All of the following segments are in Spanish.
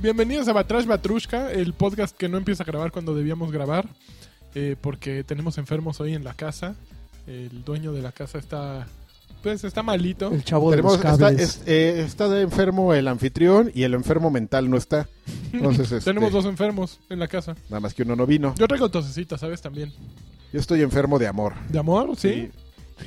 Bienvenidos a Batrash Batrushka, el podcast que no empieza a grabar cuando debíamos grabar, eh, porque tenemos enfermos hoy en la casa. El dueño de la casa está, pues, está malito. El chavo Tenemos- de los cables. Está, es- eh, está de enfermo el anfitrión y el enfermo mental no está. Entonces, este, Tenemos dos enfermos en la casa. Nada más que uno no vino. Yo traigo tosecita, ¿sabes? También. Yo estoy enfermo de amor. ¿De amor? Sí.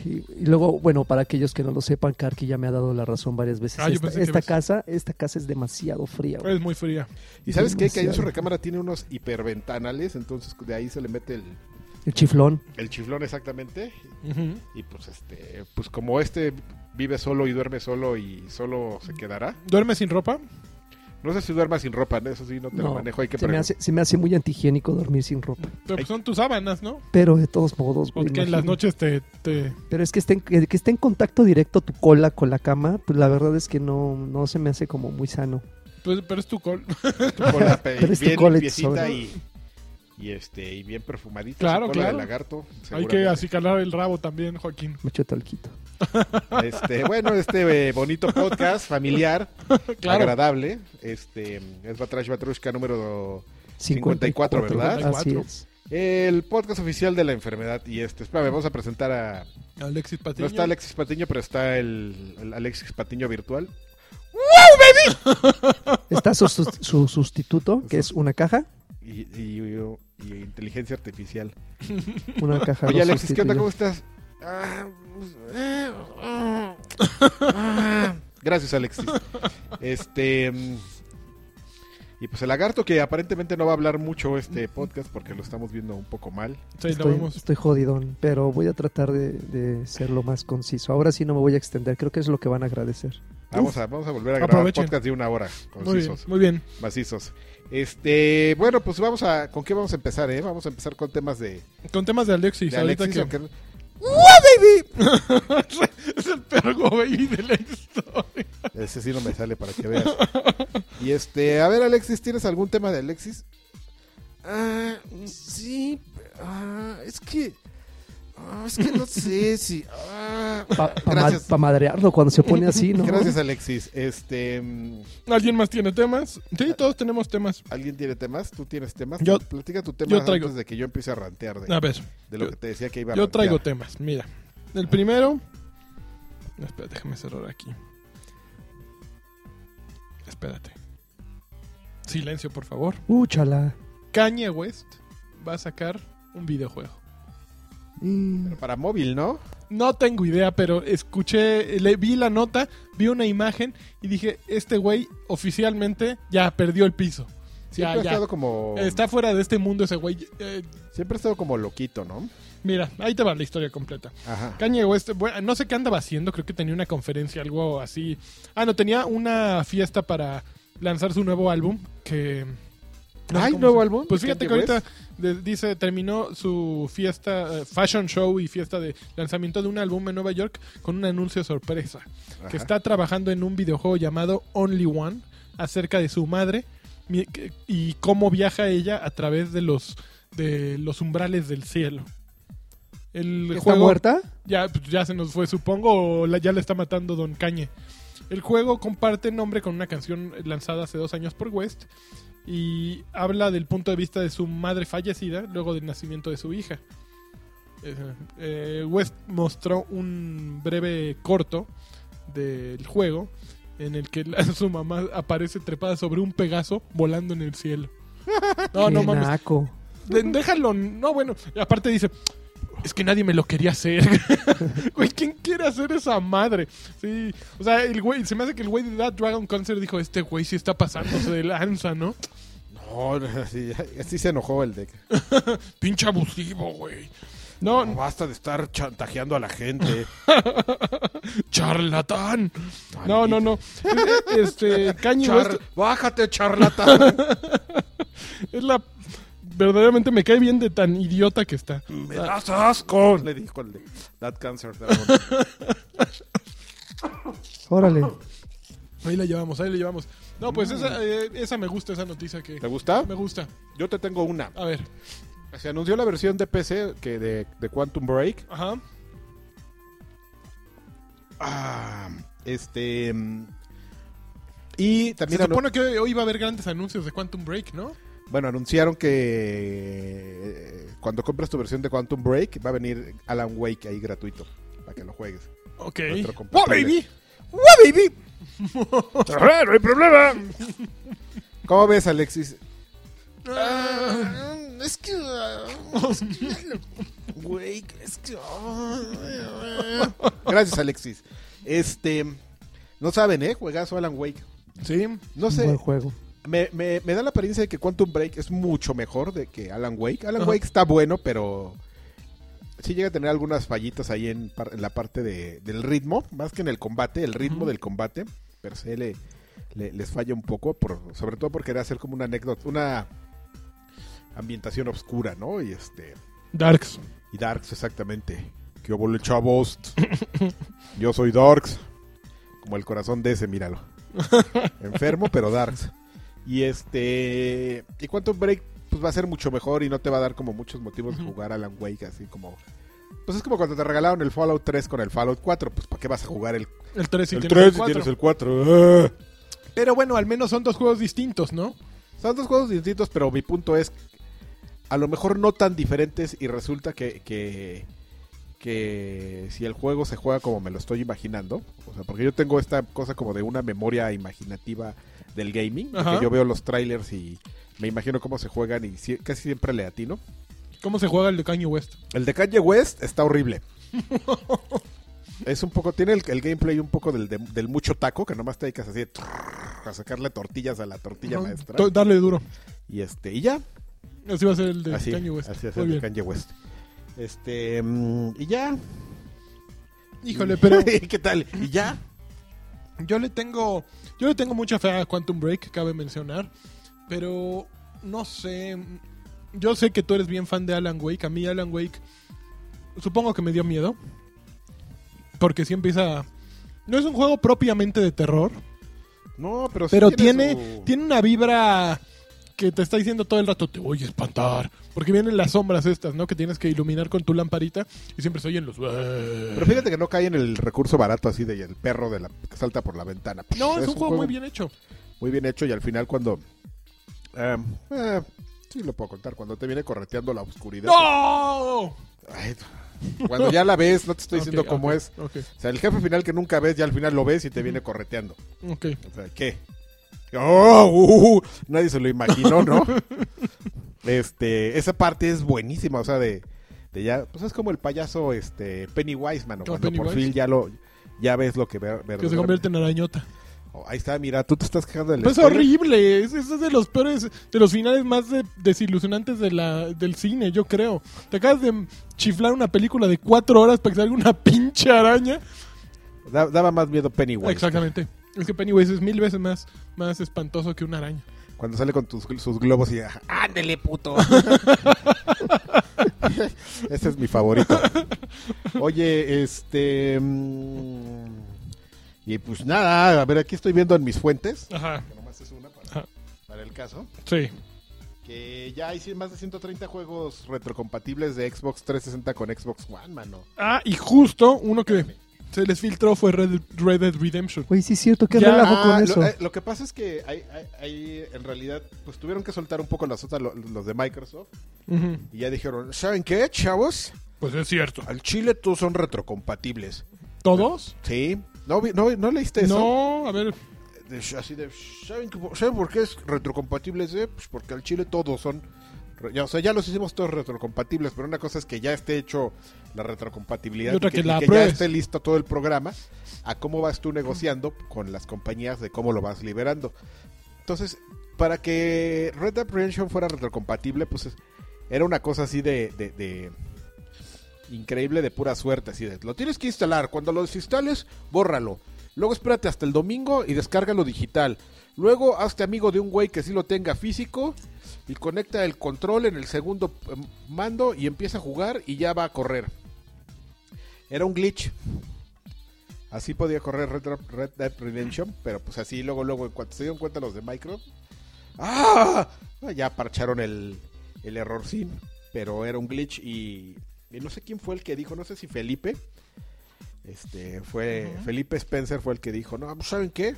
Sí, Y, luego, bueno, para aquellos que no lo sepan, Karki ya me ha dado la razón varias veces. Ah, yo esta pensé que esta ibas- casa, esta casa es demasiado fría. güey. Es muy fría. ¿Y sabes qué? Que ahí en su Demasiado. recámara tiene unos hiperventanales, entonces de ahí se le mete el, Pues, El chiflón. el chiflón exactamente. Ujú. Y pues este, pues como este vive solo y duerme solo y solo se quedará. ¿Duerme sin ropa? No sé si duerma sin ropa, ¿no? eso sí no te lo No, manejo, hay que se, me pregun- hace, se me hace muy antihigiénico dormir sin ropa. Pero pues, Ay. Pues, son tus sábanas, ¿no? Pero de todos modos, güey, Porque en las imagínate. noches te... te- Pero es que esté, en, que que esté en contacto directo tu cola con la cama, pues la verdad es que no, no se me hace como muy sano. pues, pero es tu col. tu cola pe- Pero es tu bien cola, limpiecita sobre- y, y este y bien perfumadita. Claro, su cola claro. de lagarto. Hay que seguramente. acicalar el rabo también, Joaquín. Me echo talquito. Este, bueno, este eh, bonito podcast familiar, Claro. agradable. Este es Batrash Batrushka número 54, 54, ¿verdad? Así 54. es. el podcast oficial de la enfermedad y este, espérame, vamos a presentar a Alexis Patiño. no está Alexis Patiño, pero está el, el Alexis Patiño virtual. Está su, su- su sustituto, que es una caja. Y, y- y inteligencia artificial. Una caja. Oye, lo Alexis, ¿qué onda? sustituyó. ¿Cómo estás? Ah, pues, eh, ah, ah. Gracias, Alexis. Este. mm, Y pues el lagarto que aparentemente no va a hablar mucho este podcast porque lo estamos viendo un poco mal. Sí, lo Estoy, vemos. estoy jodidón, pero voy a tratar de, de ser lo más conciso. Ahora sí no me voy a extender, creo que es lo que van a agradecer. Vamos a, vamos a volver a grabar Aprovechen. podcast de una hora, Muy bien, concisos, muy bien. macizos. Este, bueno, pues vamos a, ¿con qué vamos a empezar? Eh? Vamos a empezar con temas de, Con temas de Alexis, de ahorita Alexis. que... aunque- es el peor Go baby de la historia. Ese sí no me sale para que veas. Y este, a ver, Alexis, ¿tienes algún tema de Alexis? Ah, sí. Ah, es que. ah, es que no sé si. ah. Para gracias. madrearlo cuando se pone así, ¿no? Gracias, Alexis. Este, mm, ¿Alguien más tiene temas? Sí, todos tenemos temas. ¿Alguien tiene temas? ¿Tú tienes temas? Yo- Platica tu tema yo traigo. antes de que yo empiece a rantear de, A ver, de lo yo- que te decía que iba a yo traigo rantear. temas, mira. El primero... Espera, déjame cerrar aquí. Espérate. Silencio, por favor. Uh, Úchala. Kanye West va a sacar un videojuego. Mm, Para móvil, ¿no? No tengo idea, pero escuché, le vi la nota, vi una imagen y dije, este güey oficialmente ya perdió el piso. Siempre Ya, ha ya. estado como. Está fuera de este mundo ese güey. Eh, Siempre ha estado como loquito, ¿no? mira, ahí te va la historia completa. Ajá. Kanye West, bueno, no sé qué andaba haciendo, creo que tenía una conferencia, algo así. Ah, no, tenía una fiesta para lanzar su nuevo álbum, que... no sé ¿Hay cómo nuevo se- álbum? Pues de fíjate que Kanye ahorita West? de- dice, terminó su fiesta, eh, fashion show y fiesta de lanzamiento de un álbum en Nueva York con un anuncio sorpresa, que Ajá. está trabajando en un videojuego llamado Only One, acerca de su madre mi- que- y cómo viaja ella a través de los, de los umbrales del cielo. El ¿Está juego muerta? ya, pues, ya se nos fue, supongo, o la- ya la está matando Don Cañe. El juego comparte nombre con una canción lanzada hace dos años por West y habla del punto de vista de su madre fallecida luego del nacimiento de su hija. Eh, eh, West mostró un breve corto del juego en el que la- su mamá aparece trepada sobre un pegaso volando en el cielo. No, no Qué mames. naco. De- Déjalo. No, bueno. y Aparte dice, es que nadie me lo quería hacer. güey, ¿quién quiere hacer esa madre? Sí. O sea, el güey, se me hace que el güey de That Dragon Concert dijo, este güey sí está pasándose de lanza, ¿no? No, no, así, así se enojó el deck. Pinche abusivo, güey. No, No, no, basta de estar chantajeando a la gente. charlatán. No, no, no. Eh, Este, Kanye West Char- Bájate, charlatán. es la... Verdaderamente me cae bien de tan idiota que está. Me das asco. Le dijo el de That Cancer Dragon. Órale. Ahí la llevamos, ahí la llevamos. No, pues esa, eh, esa me gusta, esa noticia que... Mm. ¿Te gusta? Me gusta. Yo te tengo una. A ver. Se anunció la versión de PC que de, de Quantum Break. Ajá. Ah, este. mm, Y también... Se anu- supone que hoy iba a haber grandes anuncios de Quantum Break, ¿no? Bueno, anunciaron que eh, cuando compras tu versión de Quantum Break va a venir Alan Wake ahí gratuito para que lo juegues. Ok. ¡Wow, Retrocompatible. baby! ¡Wow, baby! ¡No hay problema! ¿Cómo ves, Alexis? Ah, es que... ah, Wake, es que... ah? Gracias, Alexis. Este... No saben, ¿eh? Juegazo Alan Wake. Sí. No Un buen sé, juego. me, me- me da la apariencia de que Quantum Break es mucho mejor de que Alan Wake. Alan Ajá. Wake está bueno, pero sí llega a tener algunas fallitas ahí en, par- en la parte de- del ritmo, más que en el combate, el ritmo Ujú. del combate. Per se le, le- les falla un poco, por, sobre todo porque era hacer como una anécdota, una ambientación oscura, ¿no? Y este Darks. y Darks exactamente. ¿Qué obole chavos? Yo soy Darks. Como el corazón de ese, míralo. Enfermo, pero Darks. Y este. ¿Y Quantum Break? Pues va a ser mucho mejor y no te va a dar como muchos motivos de Ujú. jugar Alan Wake, así como. Pues es como cuando te regalaron el Fallout 3 con el Fallout 4. Pues ¿para qué vas a jugar el, El 3 y el tienes 3 el si 4. tienes el 4? ¡Ah! Pero bueno, al menos son dos juegos distintos, ¿no? Son dos juegos distintos, pero mi punto es, a lo mejor no tan diferentes y resulta que, que, que si el juego se juega como me lo estoy imaginando, o sea, porque yo tengo esta cosa como de una memoria imaginativa del gaming, de Ajá. que yo veo los trailers y me imagino cómo se juegan y si- casi siempre le atino. ¿Cómo se juega el de Kanye West? El de Kanye West está horrible. Es un poco, tiene el, el gameplay un poco del, de- del mucho taco, que nomás te dedicas así a sacarle tortillas a la tortilla Ajá. maestra. To- Darle duro. Y este, y ya, Así va a ser el de así, Kanye West. así es, Muy el de bien. Kanye West. Este, mm, y ya. Híjole, pero ¿Qué tal? ¿Y ya? yo le tengo yo le tengo mucha fe a Quantum Break, cabe mencionar, pero no sé, yo sé que tú eres bien fan de Alan Wake, a mí Alan Wake supongo que me dio miedo porque si empieza no es un juego propiamente de terror, No, pero sí pero tiene su- tiene una vibra que te está diciendo todo el rato te voy a espantar, porque vienen las sombras estas, ¿no? Que tienes que iluminar con tu lamparita y siempre se oyen los Pero fíjate que no cae en el recurso barato así de el perro de la que salta por la ventana. No, es, un, juego muy bien hecho. muy bien hecho y al final cuando eh, eh, sí lo puedo contar cuando te viene correteando la oscuridad. ¡No! Ay, cuando ya la ves, no te estoy diciendo Ok, cómo ok, es. O sea, el jefe final que nunca ves, ya al final lo ves y te viene correteando. Ok, ok. O sea, ¿qué? ¡Oh! uh, uh, nadie se lo imaginó, ¿no? este, esa parte es buenísima, o sea, de, de ya, pues es como el payaso este Pennywise, mano, Ah, cuando por Pennywise. fin ya lo ya ves lo que ver, Que se convierte en arañota. Oh, ahí está, mira, tú te estás quejando del Pero es spoiler. horrible. Es, es de los peores, de los finales más de- desilusionantes de la, del cine, yo creo. Te acabas de chiflar una película de cuatro horas para que salga una pinche araña. Da- daba más miedo Pennywise. Exactamente. Es que Pennywise es mil veces más, más espantoso que una araña. Cuando sale con tus- sus globos y ah, Ándele, puto. ese es mi favorito. Oye, este mm, y pues nada, a ver, aquí estoy viendo en mis fuentes, Ajá. que nomás es una para- Ajá. para el caso. Sí. Que ya hay cien- más de 130 juegos retrocompatibles de Xbox 360 con Xbox One, mano. Ah, y justo uno que se les filtró fue Red, Red Dead Redemption. Güey, sí es cierto, ¿qué Ya, relajo Ah, con lo, eso? eh, lo que pasa es que hay, hay- hay, en realidad, pues tuvieron que soltar un poco las otras, lo- los de Microsoft. Ujú. Y ya dijeron, ¿saben qué, chavos? Pues es cierto. Al Chile todos son retrocompatibles. ¿Todos? ¿Sí? ¿No, vi- no, no leíste eso? No, a ver. De- así de, ¿saben, qué- saben por qué es retrocompatible ese? Pues porque al Chile todos son... re- ya, o sea, ya los hicimos todos retrocompatibles, pero una cosa es que ya esté hecho la retrocompatibilidad Y otra que la ya apruebes. esté listo todo el programa, a cómo vas tú negociando con las compañías de cómo lo vas liberando. Entonces, para que Red Dead Redemption fuera retrocompatible, pues es- era una cosa así de, de- de- increíble de pura suerte, así de, lo tienes que instalar, cuando lo desinstales, bórralo. Luego espérate hasta el domingo y descárgalo digital. Luego hazte amigo de un güey que sí lo tenga físico y conecta el control en el segundo eh, mando y empieza a jugar y ya va a correr. Era un glitch. Así podía correr Red, Dead- Red Dead Redemption, pero pues así luego, luego, en cuanto se dieron cuenta los de Micro, ¡ah! Ya parcharon el, el error sin, pero era un glitch y, y no sé quién fue el que dijo, no sé si Felipe, este, fue, Felipe Spencer fue el que dijo, no, pues, ¿saben qué?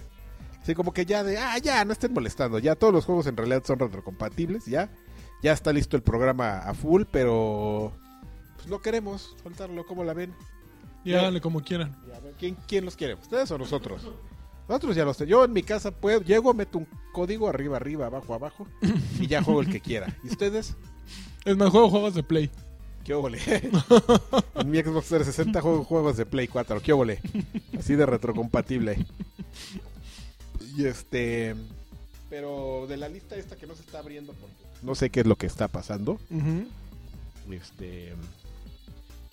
Así como que ya de, ah, ya, no estén molestando. Ya todos los juegos en realidad son retrocompatibles, ya. Ya está listo el programa a full, pero pues no queremos soltarlo como la ven. Y háganle como quieran. Y a ver, ¿quién, quién los quiere? ¿Ustedes o nosotros? Nosotros ya los tenemos. Yo en mi casa puedo, llego, meto un código arriba, arriba, abajo, abajo y ya juego el que quiera. ¿Y ustedes? Es más, juego juegos de Play. ¿Qué óvole? en mi Xbox 360 juego juegos de Play 4. ¿Qué óvole? Así de retrocompatible. Y este... Pero de la lista esta que no se está abriendo porque no sé qué es lo que está pasando. Este...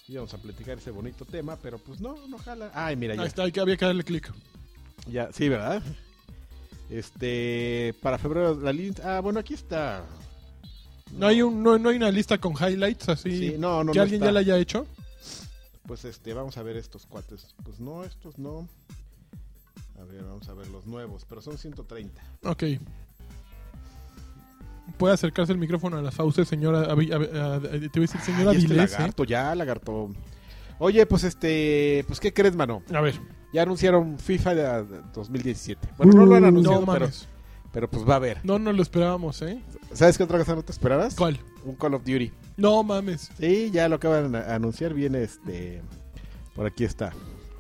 Íbamos a platicar ese bonito tema, pero pues no, no jala. Ay, mira, ya Ahí está, hay que, había que darle clic. ya, sí, ¿verdad? Este, para febrero la lista. Ah, bueno, aquí está. No hay, un, no, no hay una lista con highlights así. Sí, no, no, que no alguien está. ya la haya hecho. Pues este, vamos a ver estos cuates. Pues no, estos no. A ver, vamos a ver los nuevos, pero son 130. Ok. Puede acercarse el micrófono a las fauces, señora. Avi- Avi- a- a- te voy a decir, señora Ay, este Avilés, ¿eh? lagarto, ya, lagarto. Oye, pues este, pues ¿qué crees, mano? A ver, Ya anunciaron FIFA de- de 2017. Bueno, no lo han No Uh, no anunciado, pero, mames. pero pues va a haber. No, no lo esperábamos, ¿eh? ¿Sabes qué otra cosa no te esperabas? ¿Cuál? Un Call of Duty. No mames. Sí, ya lo acaban de anunciar. Viene este. Por aquí está.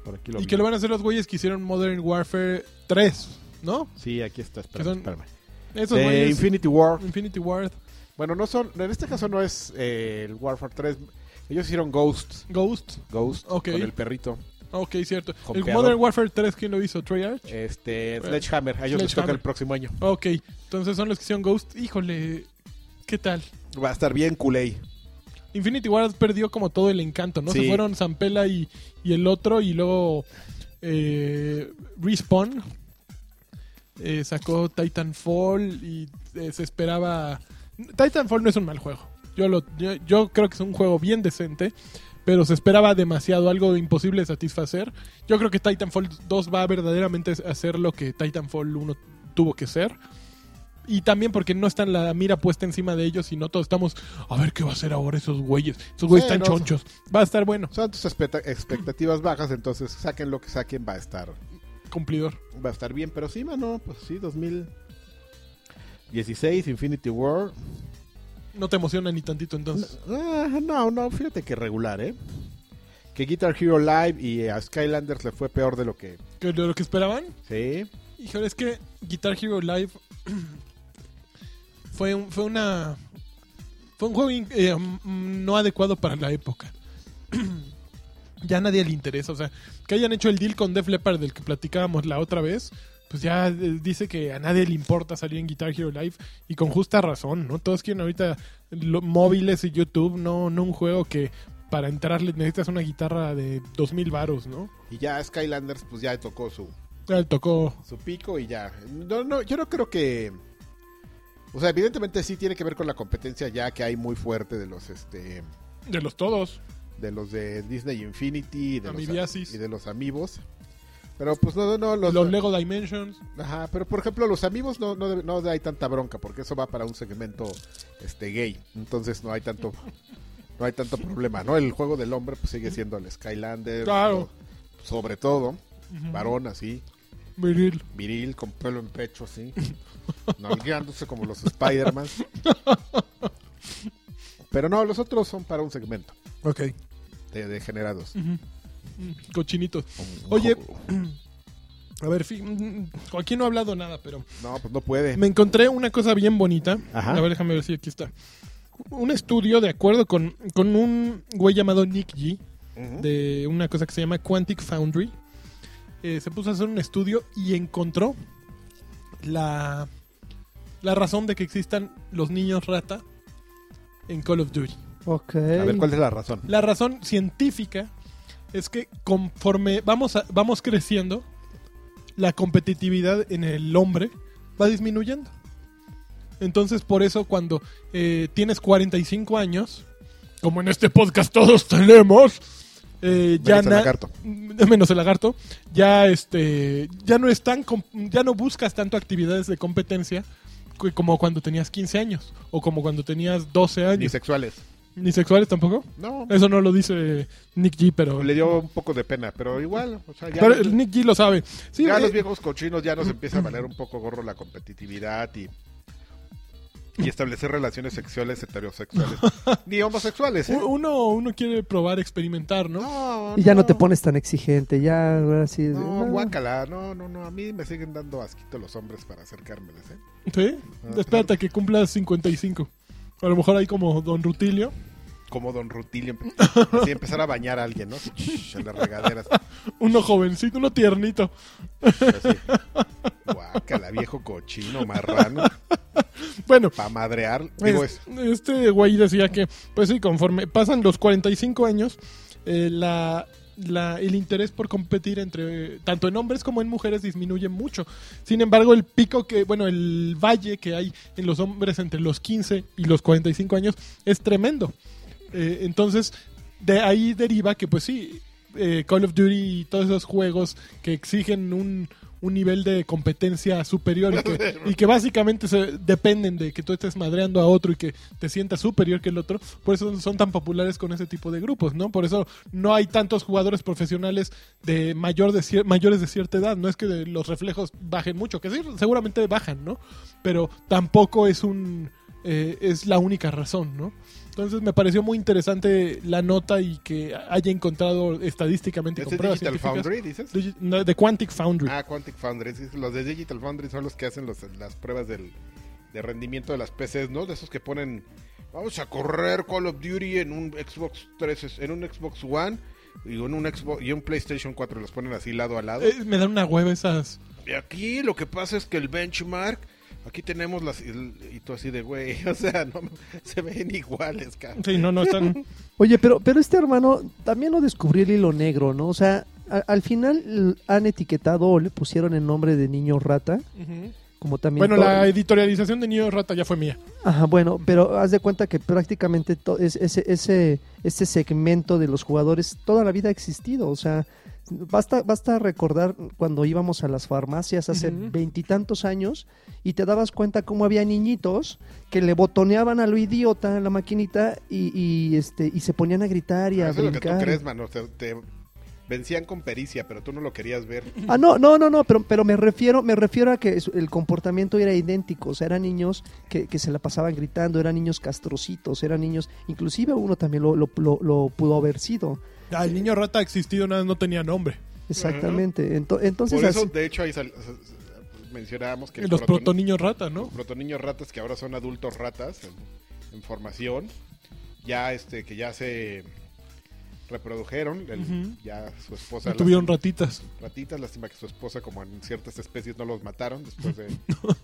Por aquí lo Y vi. que lo van a hacer los güeyes que hicieron Modern Warfare 3, ¿no? Sí, aquí está. Espérame, Que son- espérame. Esos De güeyes. Infinity War. Infinity Ward, Bueno, no son. En este caso no es eh, el Warfare 3. Ellos hicieron Ghost. Ghost. Ghost Ok. con el perrito. Ok, cierto. El Jompeado. Modern Warfare 3, ¿quién lo hizo? ¿Treyarch? Este. Sledgehammer. A ellos les toca Sledgehammer. el próximo año. Ok, entonces son los que hicieron Ghost. Híjole, ¿qué tal? Va a estar bien culé. Infinity Ward perdió como todo el encanto, ¿no? Sí. Se fueron Zampela y, y el otro, y luego eh, Respawn eh, sacó Titanfall y eh, se esperaba. Titanfall no es un mal juego. Yo, lo, yo, yo creo que es un juego bien decente, pero se esperaba demasiado, algo imposible de satisfacer. Yo creo que Titanfall 2 va a verdaderamente a ser lo que Titanfall 1 tuvo que ser. Y también porque no están la mira puesta encima de ellos, sino todos estamos a ver qué va a hacer ahora esos güeyes. Esos güeyes Sí, están no, chonchos. Va a estar bueno, Son tus expecta- expectativas bajas. Entonces, saquen lo que saquen. Va a estar. cumplidor. Va a estar bien, pero sí, mano, pues sí, 2016, Infinity War. No te emociona ni tantito entonces. Ah, No, no, fíjate que regular, ¿eh? Que Guitar Hero Live y eh, a Skylanders le fue peor de lo que... ¿Que ¿De lo que esperaban? Sí, Híjole, es que Guitar Hero Live fue, un- fue una. Fue un juego in- eh, mm, no adecuado para la época. ya a nadie le interesa. O sea, que hayan hecho el deal con Def Leppard del que platicábamos la otra vez. Pues ya eh, dice que a nadie le importa salir en Guitar Hero Live. Y con justa razón, ¿no? Todos quieren ahorita lo- móviles y YouTube, no, no un juego que para entrarle necesitas una guitarra de 2000 varos, ¿no? y ya Skylanders pues ya tocó su, Ya le tocó. su pico y ya. No, no, yo no creo que... O sea, evidentemente sí tiene que ver con la competencia ya que hay muy fuerte de los este De los todos. de los de Disney Infinity y de, los, Amiibiasis. y de los amigos. Pero pues no, no, no, los, Los Lego Dimensions. Ajá, pero por ejemplo, los amigos no, no, debe- no hay tanta bronca, porque eso va para un segmento este gay. Entonces no hay tanto no hay tanto problema, ¿no? El juego del hombre pues, sigue siendo el Skylander. Claro. ¿no? sobre todo, Ujú. varón así, Viril. viril, con pelo en pecho así, nalgueándose como los Spider-Man. Pero no, los otros son para un segmento Ok. de degenerados. Cochinitos. Oye, A ver, fi- mm, aquí no ha hablado nada, pero No, pues no puede. me encontré una cosa bien bonita. Ajá. A ver, déjame ver si aquí está. Un estudio, de acuerdo con, con un güey llamado Nick G, Ujú. de una cosa que se llama Quantic Foundry, eh, se puso a hacer un estudio y encontró la, la razón de que existan los niños rata en Call of Duty. Ok. A ver, ¿cuál es la razón? La razón científica es que conforme vamos, a- vamos creciendo, la competitividad en el hombre va disminuyendo. Entonces, por eso, cuando eh, tienes 45 años, como en este podcast todos tenemos, eh, ya Menos el na- lagarto. Mm, menos el lagarto, ya este, ya no es tan com- ya no buscas tanto actividades de competencia cu- como cuando tenías 15 años o como cuando tenías 12 años. Bisexuales. ¿Ni sexuales tampoco? No, Eso no lo dice Nick G, pero... Pues le dio un poco de pena, pero igual, o sea, ya, pero el Nick G lo sabe. Sí, ya eh, mm, los viejos cochinos ya nos empieza a valer un poco gorro la competitividad y, y establecer relaciones sexuales heterosexuales, ni homosexuales. ¿eh? u- uno, uno quiere probar, experimentar, ¿no? No, Y ya no no. te pones tan exigente, ya ahora sí. de, No, "Ah, guácala, no, no, no, a mí me siguen dando asquito los hombres para acercármeles, ¿eh? Sí. Ah, Espérate a que cumplas 55. A lo mejor ahí como Don Rutilio. Como Don Rutilio, empe- así empezar a bañar a alguien, ¿no? Así, shh, en las regaderas, Uno jovencito, uno tiernito. así. Guácala, viejo cochino, marrano, Bueno, pa' madrear. Digo, es- es, este güey decía que, pues sí, conforme pasan los 45 años, eh, la, la- el interés por competir entre tanto en hombres como en mujeres disminuye mucho. Sin embargo, el pico que, bueno, el valle que hay en los hombres entre los 15 y los 45 años es tremendo. Eh, entonces, de ahí deriva que, pues sí, eh, Call of Duty y todos esos juegos que exigen un, un nivel de competencia superior y que, y que básicamente se dependen de que tú estés madreando a otro y que te sientas superior que el otro, por eso son tan populares con ese tipo de grupos, ¿no? Por eso no hay tantos jugadores profesionales de mayor de cier- mayores de cierta edad, no es que de- los reflejos bajen mucho, que sí, seguramente bajan, ¿no? Pero tampoco es un eh, es la única razón, ¿no? Entonces me pareció muy interesante la nota y que haya encontrado estadísticamente ¿es con de pruebas Digital científicas- Foundry, dices? Digi- no, de Quantic Foundry. Ah, Quantic Foundry. sí, Los de Digital Foundry son los que hacen los- las pruebas del, de rendimiento de las PCs, ¿no? De esos que ponen, vamos a correr Call of Duty en un Xbox 3, en un Xbox One y en un Xbox y un PlayStation 4 los ponen así lado a lado. Eh, me dan una hueva esas. Y aquí lo que pasa es que el benchmark Aquí tenemos las... el- Y tú así de, güey, o sea, no, se ven iguales, cabrón. Sí, no, no están. Oye, pero, pero este hermano también no descubrió el hilo negro, ¿no? O sea, a- al final l- han etiquetado o le pusieron el nombre de niño rata, Ujú. como también... Bueno, to- la editorialización de Niño Rata ya fue mía. Ajá, bueno, pero haz de cuenta que prácticamente to- es- ese, ese, ese segmento de los jugadores toda la vida ha existido, o sea, basta, basta recordar cuando íbamos a las farmacias hace Ujú. veintitantos años y te dabas cuenta cómo había niñitos que le botoneaban a lo idiota la maquinita y, y, este, y se ponían a gritar y a Ah, Eso es lo que tú brincar. crees, mano. Te, te vencían con pericia, pero tú no lo querías ver. Ah, no, no, no, no, pero, pero me refiero, me refiero a que su- el comportamiento era idéntico, o sea, eran niños que, que se la pasaban gritando, eran niños castrocitos, eran niños, inclusive uno también lo, lo- lo- lo pudo haber sido, Ah, el Niño Rata ha existido, nada más no tenía nombre. exactamente. Ento- entonces, Por eso, así- de hecho, ahí sal- s- s- mencionábamos que el Los proto- protoniños rata, ¿no? protoniños ratas, que ahora son adultos ratas en, en formación, ya este, que ya se reprodujeron, el- Ujú. ya su esposa... Y las- tuvieron ratitas. ratitas, lástima que su esposa, como en ciertas especies, no los mataron después de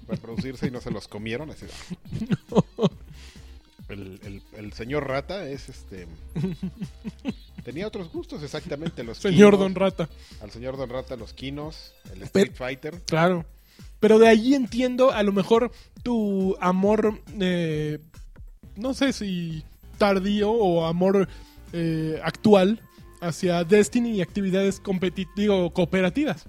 reproducirse y no se los comieron. así. El, el- el señor rata es este... Tenía otros gustos, exactamente. Los Señor quinos, Don Rata. Al señor Don Rata, los quinos, el Street Fighter. Claro. Pero de ahí entiendo, a lo mejor, tu amor, eh, no sé si tardío o amor eh, actual hacia Destiny y actividades competi- digo, cooperativas.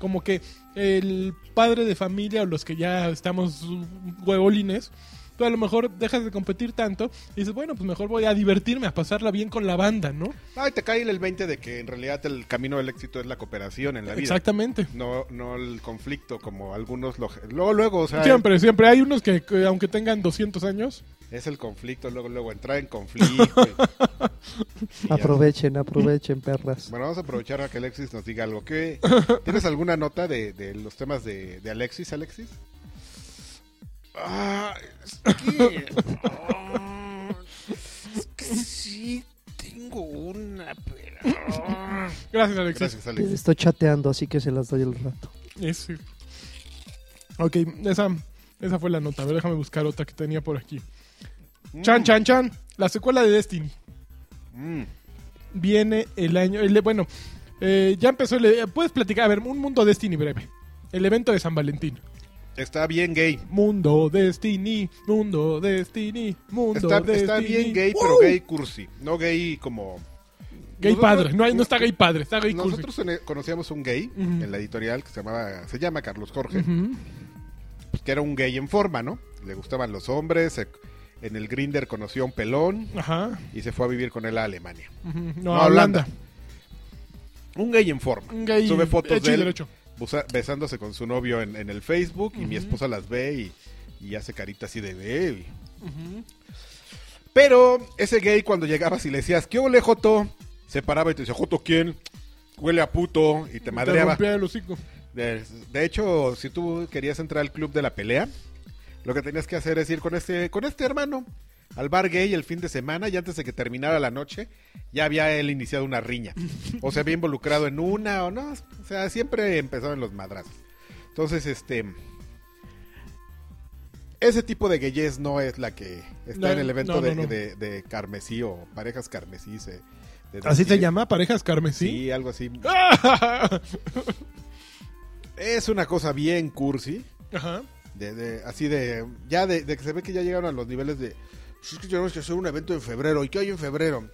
Como que el padre de familia o los que ya estamos uh, huevolines, tú a lo mejor dejas de competir tanto y dices, bueno, pues mejor voy a divertirme, a pasarla bien con la banda, ¿no? Ay, te cae el 20 de que en realidad el camino del éxito es la cooperación en la vida. Exactamente. No, no el conflicto como algunos lo... Luego, luego, o sea, Siempre, siempre. Hay unos que, que aunque tengan 200 años, es el conflicto, luego, luego, entrar en conflicto. y- y ya. aprovechen, aprovechen, perras. Bueno, vamos a aprovechar a que Alexis nos diga algo. ¿Qué- ¿Tienes alguna nota de, de los temas de, de Alexis, Alexis? Ah, es que. ah, es que sí tengo una, pero. ah, Gracias, Alexis. Gracias, Alexis. Estoy chateando, así que se las doy el rato. Ese. Ok, esa, esa fue la nota. A ver, déjame buscar otra que tenía por aquí. Chan, chan, chan. La secuela de Destiny. Mm. Viene el año. el- bueno, eh, ya empezó. El, Puedes platicar. A ver, un mundo Destiny breve. El evento de San Valentín. Está bien gay. Mundo Destiny, mundo Destiny, mundo Está, Destiny. está bien gay, pero ¡Wow! gay cursi. No gay como... Gay Nosotros- padre. No, hay- no está gay padre, está gay cursi. Nosotros en- e-, conocíamos un gay Ujú. en la editorial que se llamaba, se llama Carlos Jorge, Ujú. pues, que era un gay en forma, ¿no? Le gustaban los hombres, se- En el Grinder conoció a un pelón Ajá. y se fue a vivir con él a Alemania. Ujú. No, No, a Holanda. Un gay en forma. Un gay Sube fotos hecho y de él derecho. busa- besándose con su novio en, en el Facebook y mi Ujú. esposa las ve y, y hace carita así de "Ve". Ujú. Pero ese gay cuando llegabas y le decías, ¿qué ole, Joto? Se paraba y te decía, ¿Joto quién? Huele a puto y te Te madreaba. rompía el hocico. De, de hecho, si tú querías entrar al club de la pelea, lo que tenías que hacer es ir con este, con este hermano al bar gay el fin de semana y antes de que terminara la noche ya había él iniciado una riña o se había involucrado en una o no, o sea, siempre empezaban los madrazos. Entonces, este ese tipo de gayez no es la que está No, en el evento no, no, de, no. de- de carmesí o parejas carmesí. se- de- ¿Así se sí, llama? ¿Parejas carmesí? Sí, algo así. Es una cosa bien cursi. Ajá. De, de- así de, ya de, de que se ve que ya llegaron a los niveles de, "Pues es que tenemos que hacer un evento en febrero, ¿y qué hay en febrero?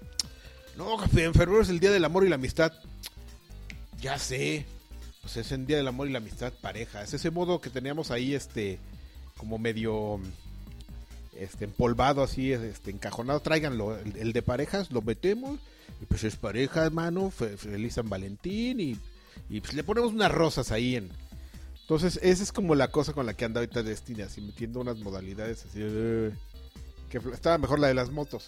No, jefe, en febrero es el Día del Amor y la Amistad. Ya sé, pues es el Día del Amor y la Amistad pareja, es ese modo que teníamos ahí, este, como medio, este, empolvado así, este, encajonado, tráiganlo, el, el de parejas, lo metemos, y pues es pareja, hermano, fe- feliz San Valentín, y, y pues le ponemos unas rosas ahí en... Entonces, esa es como la cosa con la que anda ahorita Destiny, así metiendo unas modalidades así. eh, Que fl- estaba mejor la de las motos.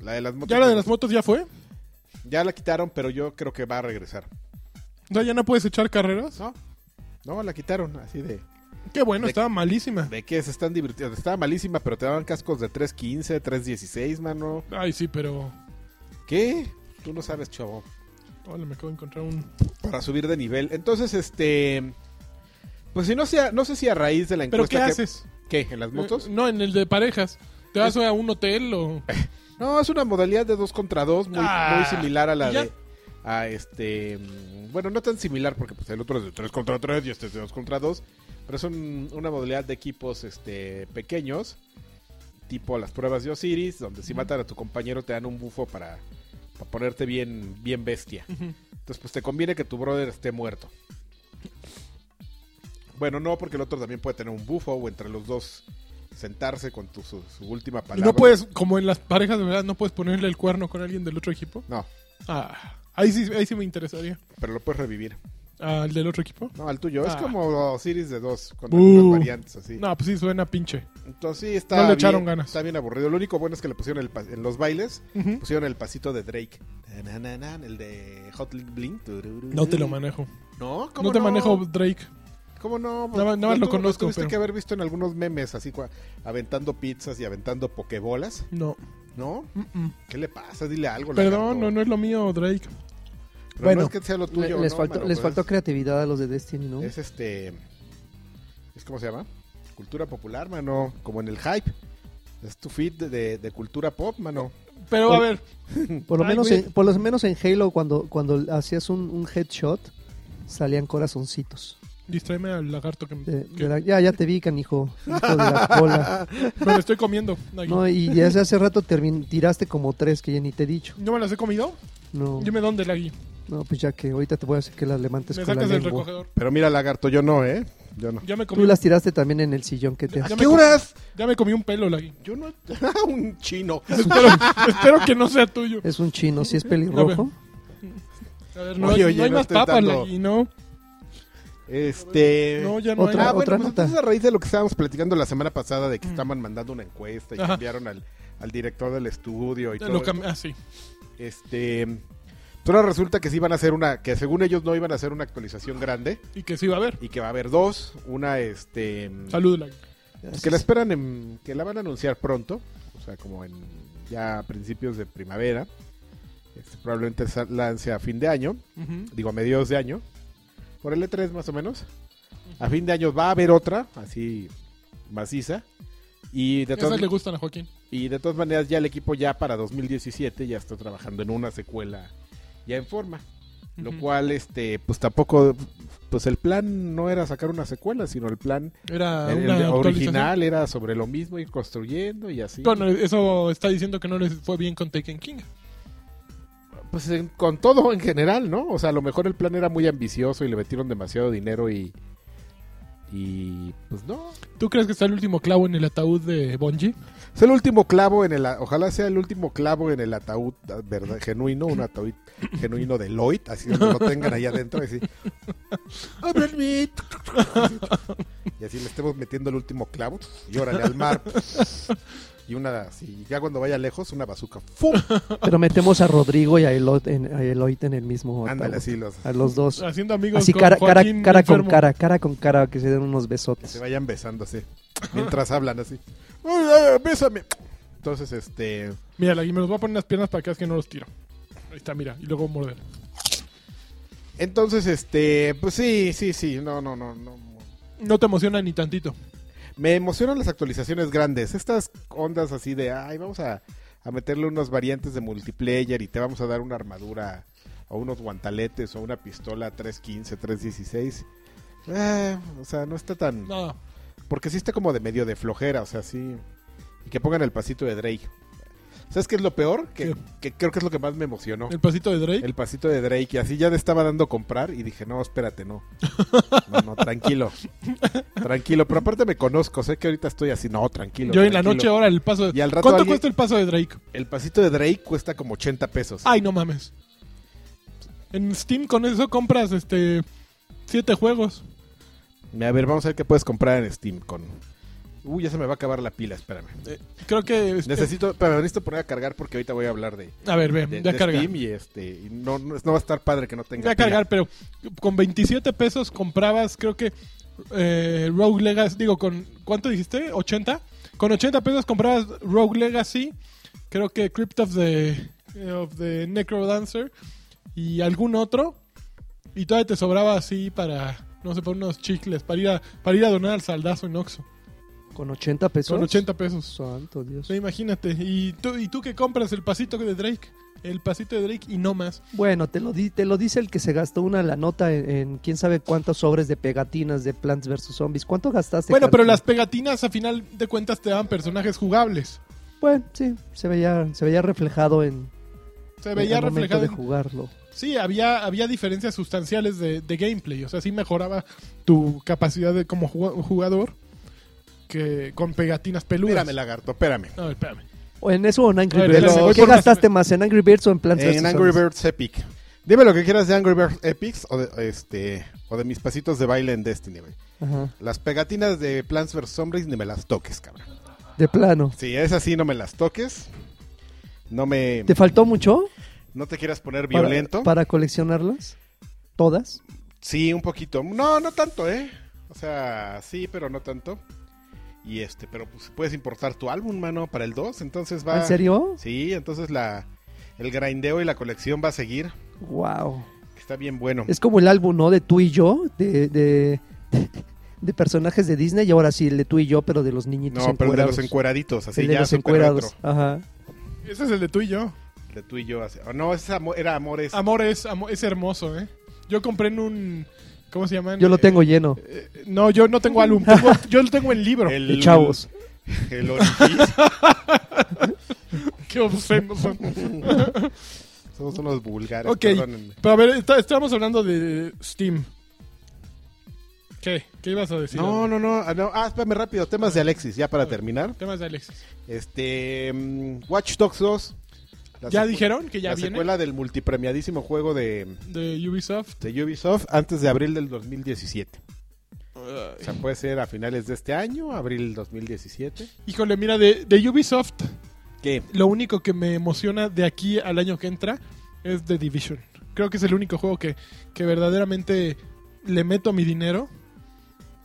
La de las motos. ¿Ya la de las motos ya fue? Ya la quitaron, pero yo creo que va a regresar. O sea, ¿ya no puedes echar carreras? ¿No? No, la quitaron, así de. Qué bueno, De- estaba malísima. ¿De qué? Se están divirtiendo. Estaba malísima, pero te daban cascos de 3.15, 3.16, mano. Ay, sí, pero... ¿Qué? Tú no sabes, chavo. Hola, me acabo de encontrar un... Para subir de nivel. Entonces, este. Pues si no sea, no sé si a raíz de la ¿Pero qué encuesta. que- haces? ¿Qué? ¿En las motos? Eh, No, en el de parejas. ¿Te vas a un hotel o...? No, es una modalidad de dos contra dos muy, Ah, muy similar a la ¿y ya? de. A este. mm, Bueno, no tan similar porque pues, el otro es de tres contra tres y este es de dos contra dos. Pero son una modalidad de equipos este, pequeños, tipo las pruebas de Osiris, donde si matan a tu compañero te dan un bufo para, para ponerte bien, bien bestia. Ujú. Entonces, pues te conviene que tu brother esté muerto. Bueno, no, porque el otro también puede tener un bufo o entre los dos sentarse con tu, su, su última Y palabra. no puedes, como en las parejas de verdad, no puedes ponerle el cuerno con alguien del otro equipo. No, Ah, ahí sí, ahí sí me interesaría. pero lo puedes revivir. ¿Al del otro equipo? No, al tuyo. Es Ah. como Osiris de dos, con Uh. algunas variantes así. No, pues sí, suena pinche. Entonces sí, está, No le bien, echaron ganas. está bien aburrido. Lo único bueno es que le pusieron el pa- en los bailes, Ujú. pusieron el pasito de Drake. Na, na, na, el de Hot Link Blink. Tururú. No te lo manejo. No, ¿cómo No te manejo Drake. ¿Cómo no? Nada más- nada más lo tú- conozco, Tuviste pero- que haber visto en algunos memes así, cua- aventando pizzas y aventando pokebolas, No. ¿no? Mm-mm. ¿Qué le pasa? Dile algo. Perdón, no, no es lo mío, Drake. bueno, Bueno, no es que sea lo tuyo. les ¿no, faltó, mano? les Pues faltó es- creatividad a los de Destiny, ¿no? Es este. ¿Es cómo se llama? Cultura popular, mano. Como en el hype. Es tu feed de, de- de cultura pop, mano. Pero a ver, Por lo, Ay, menos güey. en, por lo menos en Halo, cuando, cuando hacías un, un headshot, salían corazoncitos. distráeme al lagarto que, me- De- de que- la- ya, ya te vi, canijo. Hijo de la cola. me lo estoy comiendo. Ay, No, No, y ya hace, hace rato termin- tiraste como tres que ya ni te he dicho. me las he comido? No, Dime dónde, Lagui. no pues ya que ahorita te voy a hacer que las levantes Me con la sacas del lengua. recogedor. Pero mira, lagarto, yo no, ¿eh? Yo no. Ya me comí, Tú las tiraste también en el sillón que te Ya ¿A me qué co- horas? ya me comí un pelo, Lagui. Yo no. un chino. espero, espero que no sea tuyo. Es un chino, si es pelirrojo. A ver, no, hay- Oye, oye, no hay no más estés papas, dando- Lagui, ¿no? Este. No, ya no Otra- ah, hay. bueno, otra pues nota. entonces a raíz de lo que estábamos platicando la semana pasada de que Mm. estaban mandando una encuesta y Ajá. cambiaron al, al director del estudio y todo. Lo cam- ah, sí. Este. pues Ahora resulta que sí iban a hacer una. Que según ellos no iban a hacer una actualización grande. Y que sí va a haber. y que va a haber dos. Una, este. Salud, Lagui. Así Que la es. esperan en. Que la van a anunciar pronto. O sea, como en. Ya a principios de primavera. Este, probablemente sa- lance a fin de año. Ujú. Digo, a mediados de año. Por el E3 más o menos. A fin de año va a haber otra. Así. Maciza. Y de, Esas todas, le gustan a Joaquín. y de todas maneras, ya el equipo ya para 2017 ya está trabajando en una secuela ya en forma. Lo Ujú. cual, este, pues tampoco, pues el plan no era sacar una secuela, sino el plan Era el- el una original. original era sobre lo mismo, ir construyendo y así. Bueno, eso está diciendo que no les fue bien con Taken King. pues en- con todo en general, ¿no? O sea, a lo mejor el plan era muy ambicioso y le metieron demasiado dinero y, Y pues no. ¿Tú crees que está el último clavo en el ataúd de Bungie? Es el último clavo en el. a- Ojalá sea el último clavo en el ataúd ah, verdad, genuino, un ataúd genuino de Lloyd, así donde lo tengan allá adentro. Así. Ábranme. Y así le estemos metiendo el último clavo y órale al mar. Y una así, ya cuando vaya lejos, una bazuca. ¡Fum! Pero metemos a Rodrigo y a Eloy en, a Eloy en el mismo. Ándale, ataúd. así los. A los dos. Haciendo amigos Así con cara, cara, Joaquín cara con enfermo. cara, cara con cara, que se den unos Que se besotes. vayan besando así. Mientras hablan así. ¡Ay, ay, ¡Bésame! Entonces, este. Mira, la- y me los voy a poner en las piernas para que veas que no los tiro. Ahí está, mira, y luego morder. Entonces, este. Pues sí, sí, sí. No, no, no, no. No te emociona ni tantito. Me emocionan las actualizaciones grandes. Estas ondas así de, ay, vamos a, a meterle unas variantes de multiplayer y te vamos a dar una armadura o unos guantaletes o una pistola 315, 316. Eh, o sea, no está tan... Nada. Porque sí está como de medio de flojera, o sea, sí. Y que pongan el pasito de Drake. ¿Sabes qué es lo peor? Que, ¿Qué? que creo que es lo que más me emocionó. El pasito de Drake. El pasito de Drake, y así ya le estaba dando comprar y dije, no, espérate, no. No, no, tranquilo. Tranquilo, pero aparte me conozco, sé que ahorita estoy así, no, tranquilo. Yo en la noche tranquilo. ahora el paso de... Y al rato ¿Cuánto alguien- cuesta el paso de Drake? El pasito de Drake cuesta como 80 pesos. Ay, no mames. En Steam con eso compras este siete juegos. A ver, vamos a ver qué puedes comprar en Steam con... Uy, ya se me va a acabar la pila, espérame. Creo que este- Necesito, pero necesito poner a cargar porque ahorita voy a hablar de, A ver, ve, de- ya de carga. Steam y este, y no, no, no va a estar padre que no tenga Ya pila. cargar, pero con 27 pesos comprabas, creo que eh, Rogue Legacy, digo, con ¿cuánto dijiste? 80. Con 80 pesos comprabas Rogue Legacy, creo que Crypt of the eh, of the Necrodancer y algún otro y todavía te sobraba así para no sé, para unos chicles, para ir a para ir a donar al saldazo en Oxxo. Con 80 pesos. Con 80 pesos. Santo Dios. Sí, imagínate. ¿Y tú, ¿Y tú que compras el pasito de Drake? El pasito de Drake y no más. Bueno, te lo, di- te lo dice el que se gastó una la nota en, en quién sabe cuántos sobres de pegatinas de Plants vs. Zombies. ¿Cuánto gastaste? bueno, pero Carlos? las pegatinas a final de cuentas te daban personajes jugables. Bueno, sí, se veía, se veía reflejado en. Se veía en el momento reflejado. de en- jugarlo. Sí, había, había diferencias sustanciales de, de gameplay. O sea, sí mejoraba tu capacidad de como ju- jugador que con pegatinas peludas. Espérame, lagarto, espérame. A ver, espérame. O en eso o en Angry A ver, Birds. de los- ¿Qué gastaste más? ¿En Angry Birds o en Plants vs. En Angry Zombies? Birds Epic. Dime lo que quieras de Angry Birds Epics o de, este, o de mis pasitos de baile en Destiny, güey. Ajá. Las pegatinas de Plants vs. Zombies ni me las toques, cabrón. De plano. Si es así, no me las toques. No me... ¿Te faltó mucho? No te quieras poner para- violento. Para, coleccionarlas. ¿Todas? Sí, un poquito. No, no tanto, ¿eh? O sea, sí, pero no tanto. Y este, pero pues puedes importar tu álbum, mano, para el 2. Entonces va... ¿En serio? Sí, entonces la... El grindeo y la colección va a seguir. Wow. que Está bien bueno. Es como el álbum, ¿no? De tú y yo, de, de, de personajes de Disney. Y ahora sí, el de tú y yo, pero de los niñitos No, pero de los encuerados. encueraditos, así El de ya los súper encuerados. retro. Ajá. Ese es el de tú y yo. De tú y yo. Así. oh, no, ese amor, era Amores. Amor es, amo- es hermoso, ¿eh? Yo compré en un. ¿Cómo se llaman? Yo lo Eh, tengo lleno. eh, no, yo no tengo álbum. tengo- yo lo tengo en libro. el- De chavos. El Orifis. Qué obscenos son. Somos unos vulgares. Ok. perdónenme. Pero a ver, está- estábamos hablando de Steam. ¿Qué? ¿Qué ibas a decir? No, no, no, ah, no. Ah, espérame rápido. Temas de Alexis, ya Ah. para terminar. Temas de Alexis. Este. mm, Watch Dogs 2. La ¿Ya secu- dijeron que ya la viene? secuela del multipremiadísimo juego de, De Ubisoft. de Ubisoft antes de abril del 2017. O sea, puede ser a finales de este año, abril 2017. Híjole, mira, de, de Ubisoft, ¿Qué? lo único que me emociona de aquí al año que entra es The Division. Creo que es el único juego que, que verdaderamente le meto mi dinero.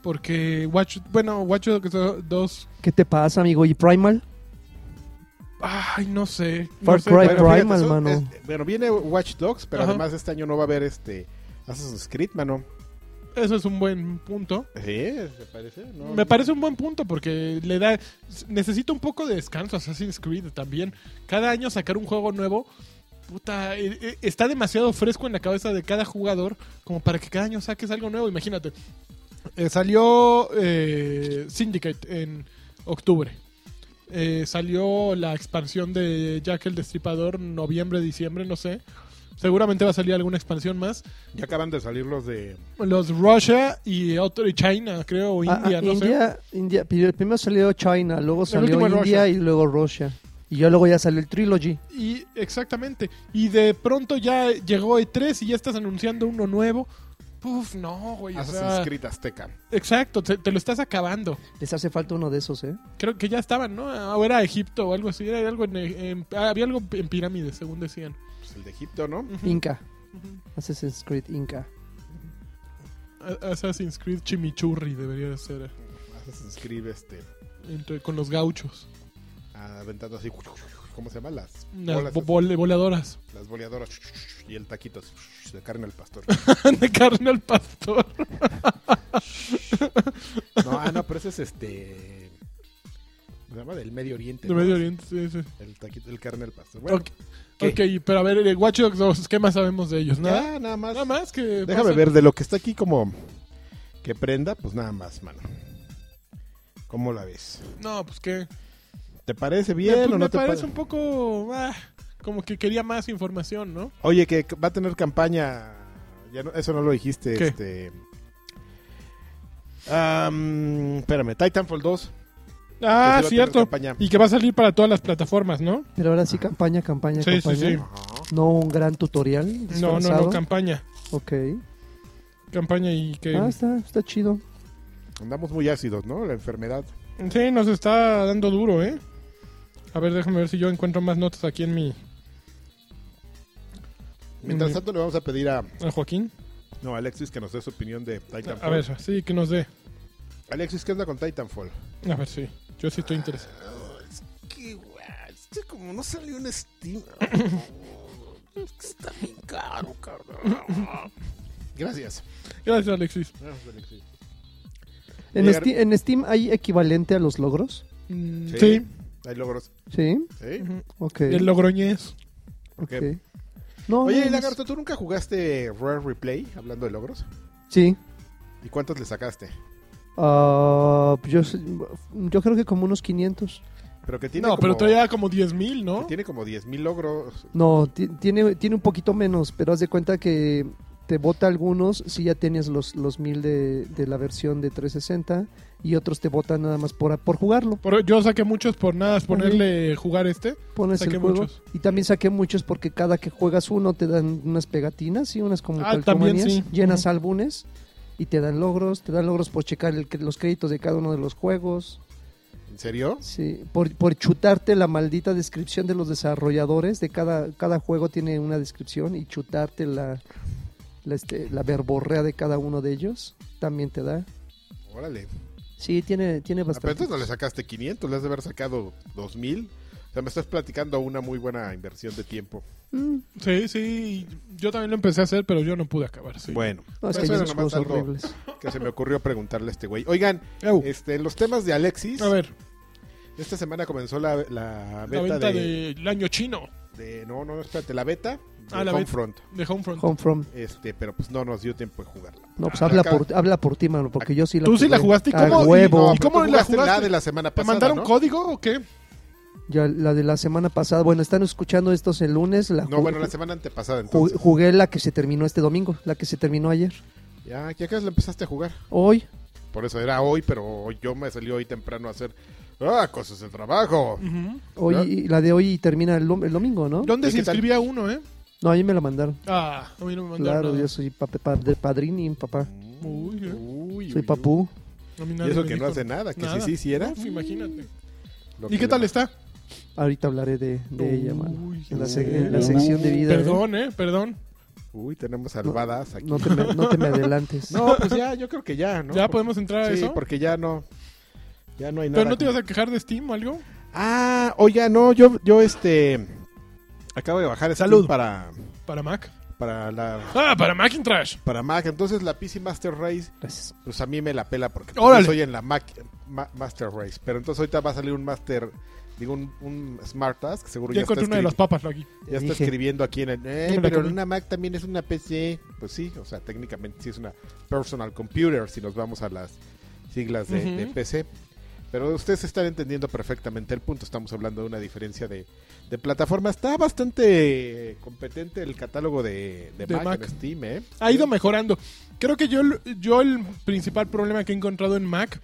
Porque Watch, bueno, Watch Dogs 2, ¿Qué te pasa, amigo? ¿Y Primal? ay, no sé. no Far sé. Cry. Primal, fíjate, eso mano. es- eh, bueno, viene Watch Dogs, pero Ajá. además este año no va a haber este Assassin's Creed, mano. Eso es un buen punto. Sí, ¿te parece? No, Me parece un buen punto porque le da. Necesita un poco de descanso Assassin's Creed también. Cada año sacar un juego nuevo. Puta, eh, eh, está demasiado fresco en la cabeza de cada jugador como para que cada año saques algo nuevo. Imagínate. eh, salió eh, Syndicate en octubre. Eh, salió la expansión de Jack el Destripador noviembre, diciembre, no sé. Seguramente va a salir alguna expansión más. Ya acaban de salir los de. Los Russia y otro y China, creo, o Ah, ah, India, no sé. India, India, pero primero salió China, luego salió último es India Russia. y luego Rusia. Y ya luego ya salió el Trilogy. Y exactamente. Y de pronto ya llegó E3 y ya estás anunciando uno nuevo. Puf, no, güey. o sea, Assassin's Creed Azteca. exacto, te, te lo estás acabando. Les hace falta uno de esos, ¿eh? Creo que ya estaban, ¿no? Ah, O era Egipto o algo así. Era algo en, en- ah, había algo en pirámides, según decían. Pues el de Egipto, ¿no? Ujú. Inca. Ujú. Assassin's Creed Inca. A- Assassin's Creed Chimichurri debería de ser. eh, Assassin's Creed, este. entre- con los gauchos. Aventando así. ¿Cómo se llama? Las, Las bolas bo- esas, vole- voleadoras. las boleadoras. Y el taquito así, de carne al pastor. de carne al pastor. No, ah, no, pero ese es este. ¿cómo Se llama del Medio Oriente. De ¿no? Medio Oriente, sí, sí. El taquito, el carne al pastor. Bueno, Ok. Ok, pero a ver, de Watch Dogs 2, ¿qué más sabemos de ellos? Nada. ya, nada más. Nada más que. Déjame pasen. ver de lo que está aquí como que prenda, pues nada más, mano. ¿Cómo la ves? No, pues que. ¿Te parece bien me, o pues, no me te parece parece? un poco. ah, como que quería más información, ¿no? Oye, que va a tener campaña. Ya no- eso no lo dijiste. ¿Qué? Este. Am, espérame, Titanfall 2. Ah, Que sí va a tener cierto. campaña. Y que va a salir para todas las plataformas, ¿no? Pero ahora sí, campaña, campaña, Sí, sí, campaña. sí. No un gran tutorial. No, no, disfrazado. no, campaña. Ok. Campaña y que. Ah, está, está chido. Andamos muy ácidos, ¿no? La enfermedad. Sí, nos está dando duro, ¿eh? A ver, déjame ver si yo encuentro más notas aquí en mi. Mientras Mm. tanto, le vamos a pedir a. a Joaquín. No, Alexis que nos dé su opinión de Titanfall. A ver, sí, que nos dé. Alexis, ¿qué onda con Titanfall? A ver, sí. Yo sí estoy interesado. Oh, Qué guay. Este como no salió en Steam. Es que Está bien caro, cabrón. Gracias. Gracias, Alexis. Gracias, Alexis. ¿En, Llegar- Steam, ¿En Steam hay equivalente a los logros? Mm, Sí. sí. Hay logros. Sí. ¿Sí? Ujú. Ok. El logroñez. ok. ok. No, Oye, no, no, Lagarto, ¿tú nunca jugaste Rare Replay? Hablando de logros. Sí. ¿Y cuántos le sacaste? Ah, yo, yo creo que como unos 500. Pero que tiene No, pero como- traía como 10.000, ¿no? Tiene como 10.000 logros. No, ti- tiene, tiene un poquito menos, pero haz de cuenta que te bota algunos si ya tienes los, los 1000 de, de la versión de 360 y otros te botan nada más por, por jugarlo. Por- yo saqué muchos por nada, ponerle jugar este. Pones Saqué el juego. muchos. Y también saqué muchos porque cada que juegas uno te dan unas pegatinas y unas como Ah, calcomanías, también sí. llenas Ujú. álbumes y te dan logros, te dan logros por checar el cr- los créditos de cada uno de los juegos. ¿En serio? Sí, por, por chutarte la maldita descripción de los desarrolladores, de cada, cada juego tiene una descripción y chutarte la, la, este, la verborrea de cada uno de ellos, también te da. Órale. Sí, tiene, tiene Ah, Pero bastante. entonces no le sacaste 500, le has de haber sacado 2.000. O sea, me estás platicando una muy buena inversión de tiempo. Mm, Sí, sí. Yo también lo empecé a hacer, pero yo no pude acabar. Sí. Bueno, no, es Pues Eso que hay era unos nomás juegos algo horribles. que se me ocurrió preguntarle a este güey. Oigan, Au. este, en los temas de Alexis, A ver, esta semana comenzó la, la la beta, venta de, del año chino de- No, no, no, espérate, la beta de Ah, la beta. Homefront. de Homefront. Homefront. Este, pero pues no nos dio tiempo de jugarla. No, pues Ah, habla acá. por, habla por ti, mano, porque yo sí la ¿Tú sí la jugué. jugaste? ¿Y A cómo? ¿Y- huevo. y pero cómo Oh, tú la jugaste jugaste? de la semana ¿Te pasada, mandaron ¿no? código o qué? Ya la de la semana pasada. Bueno, están escuchando estos el lunes. La No, ju- bueno, la semana antepasada ju- entonces. Jugué la que se terminó este domingo, la que se terminó ayer. Ya, ya que la empezaste a jugar. Hoy, Por eso era hoy, pero yo me salí hoy temprano a hacer ah, cosas de trabajo. hoy ¿Ya? y- la de hoy termina el, dom- el domingo, ¿no? ¿Dónde ¿Y se qué tal? inscribía uno, eh? No, a mí me la mandaron. Ah, a mí no me mandaron Claro, nada. yo soy pa- pa- de padrini, papá. Uy, eh. Uy, Soy uy, papú. A mí uy. nadie Y eso me que no dijo hace nada, que nada. si sí hiciera. Uf, imagínate. lo ¿Y que qué le- tal está? Ahorita hablaré de, de ella, mano. Uy, En la, uy, sec- en la uy. sección de vida. ¿eh? Perdón, eh, perdón. Uy, tenemos salvadas aquí. No te me, no te me adelantes. No, pues ya, yo creo que ya, ¿no? ¿Ya Porque- podemos entrar a Sí, eso? porque ya no. Ya no hay nada. ¿Pero no te ibas a quejar de Steam o algo? Ah, oiga, no, yo, yo este. Acabo de bajar Steam Salud. para, ¿Para Mac? para la. Ah, para Macintosh. Para Mac, entonces la PC Master Race, Gracias. pues a mí me la pela porque Órale. yo soy en la Mac Ma- Master Race. Pero entonces ahorita va a salir un Master, digo, un, un Smart Task, seguro Ya ya, está, encontré una de escribi- las papas aquí. ya está Dije. escribiendo aquí en el. "Eh, Yo me la pero comí". una Mac también es una PC. Pues sí, o sea, técnicamente sí es una Personal Computer si nos vamos a las siglas de, de Ujú. PC. Pero ustedes están entendiendo perfectamente el punto. Estamos hablando de una diferencia de, de plataforma. Está bastante competente el catálogo de, de De Mac, en Mac. Steam, ¿eh? ha ido mejorando. Creo que yo, el- yo el principal problema que he encontrado en Mac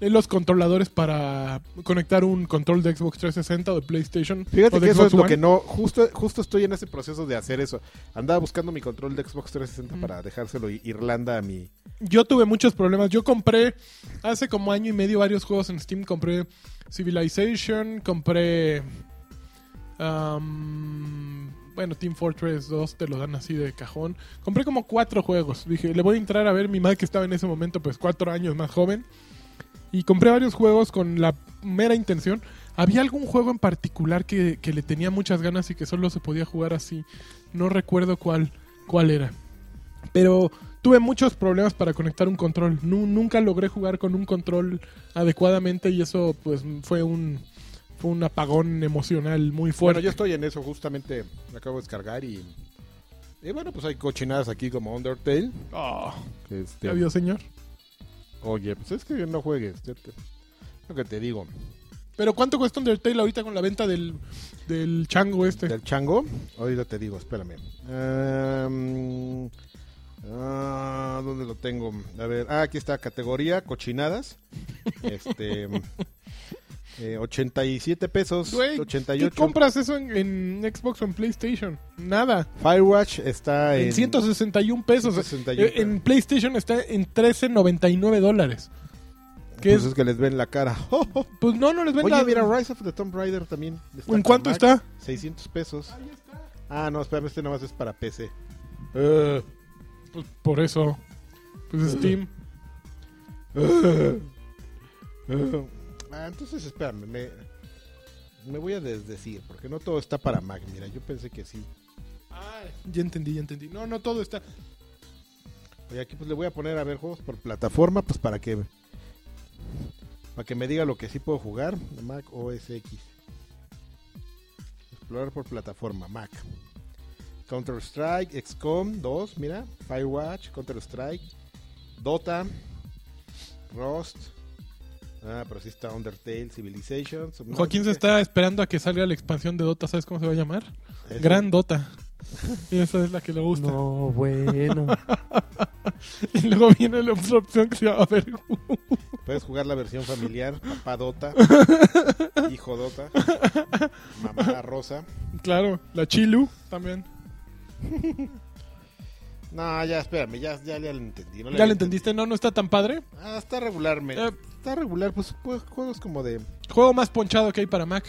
es los controladores para conectar un control de Xbox 360 o de PlayStation. Fíjate o de que eso Xbox es lo One. que no. Justo, justo estoy en ese proceso de hacer eso. Andaba buscando mi control de Xbox 360 para dejárselo i- Irlanda a mi. Yo tuve muchos problemas. Yo compré hace como año y medio varios juegos en Steam. Compré Civilization, compré... am, bueno, Team Fortress 2 te lo dan así de cajón. Compré como cuatro juegos. Dije, le voy a entrar a ver mi Mac que estaba en ese momento, pues cuatro años más joven. Y compré varios juegos con la mera intención. Había algún juego en particular que, que le tenía muchas ganas y que solo se podía jugar así. No recuerdo cuál, cuál era. Pero tuve muchos problemas para conectar un control. Nu- nunca logré jugar con un control adecuadamente y eso pues fue un, fue un apagón emocional muy Bueno, fuerte. yo estoy en eso. Justamente me acabo de descargar y. Y bueno, pues hay cochinadas aquí como Undertale. Oh, que, este, ya vio, señor. Oye, pues es que no juegues. yo te- Lo que te digo. Pero ¿cuánto cuesta Undertale ahorita con la venta del, del chango este? ¿Del chango? Ahorita te digo, espérame. Ehm, ah, ¿Dónde lo tengo? A ver, ah, aquí está, categoría cochinadas. Este. eh, 87 pesos. Güey, ¿Qué 88. compras eso en, en Xbox o en PlayStation? Nada. Firewatch está en. En 161 pesos. 161. Eh, En PlayStation está en 13.99 dólares. pues ¿Qué es? es que les ven la cara. Pues no, no les ven Oye, la- mira, Rise of the Tomb Raider también. está ¿En cuánto con Mac, está? 600 pesos. Ah, no, espérame, este nomás es para PC. Eh, Pues por eso. Pues Steam. Ah, entonces espérame, me, me voy a desdecir, porque no todo está para Mac. Mira, yo pensé que sí. Ah, ya entendí, ya entendí. No, no todo está. Oye, aquí pues le voy a poner a ver juegos por plataforma, pues para que para que me diga lo que sí puedo jugar. Mac OS X. Explorar por plataforma, Mac. Counter Strike, XCOM 2, mira, Firewatch, Counter Strike, Dota, Rust. Ah, pero sí está Undertale, Civilization. Subnautica. Joaquín se está esperando a que salga la expansión de Dota. ¿Sabes cómo se va a llamar? Eso. Gran Dota. Y esa es la que le gusta. No, bueno. Y luego viene la otra opción que se llama Vergu. Puedes jugar la versión familiar, papá Dota, hijo Dota, mamá Rosa. Claro, la Chilu también. No, ya, espérame, ya, ya, le entendí. no ¿Ya le entendiste? No, no está tan padre. Ah, está regular, men. Eh. Está regular, pues, pues, juegos como de... Juego más ponchado que hay para Mac.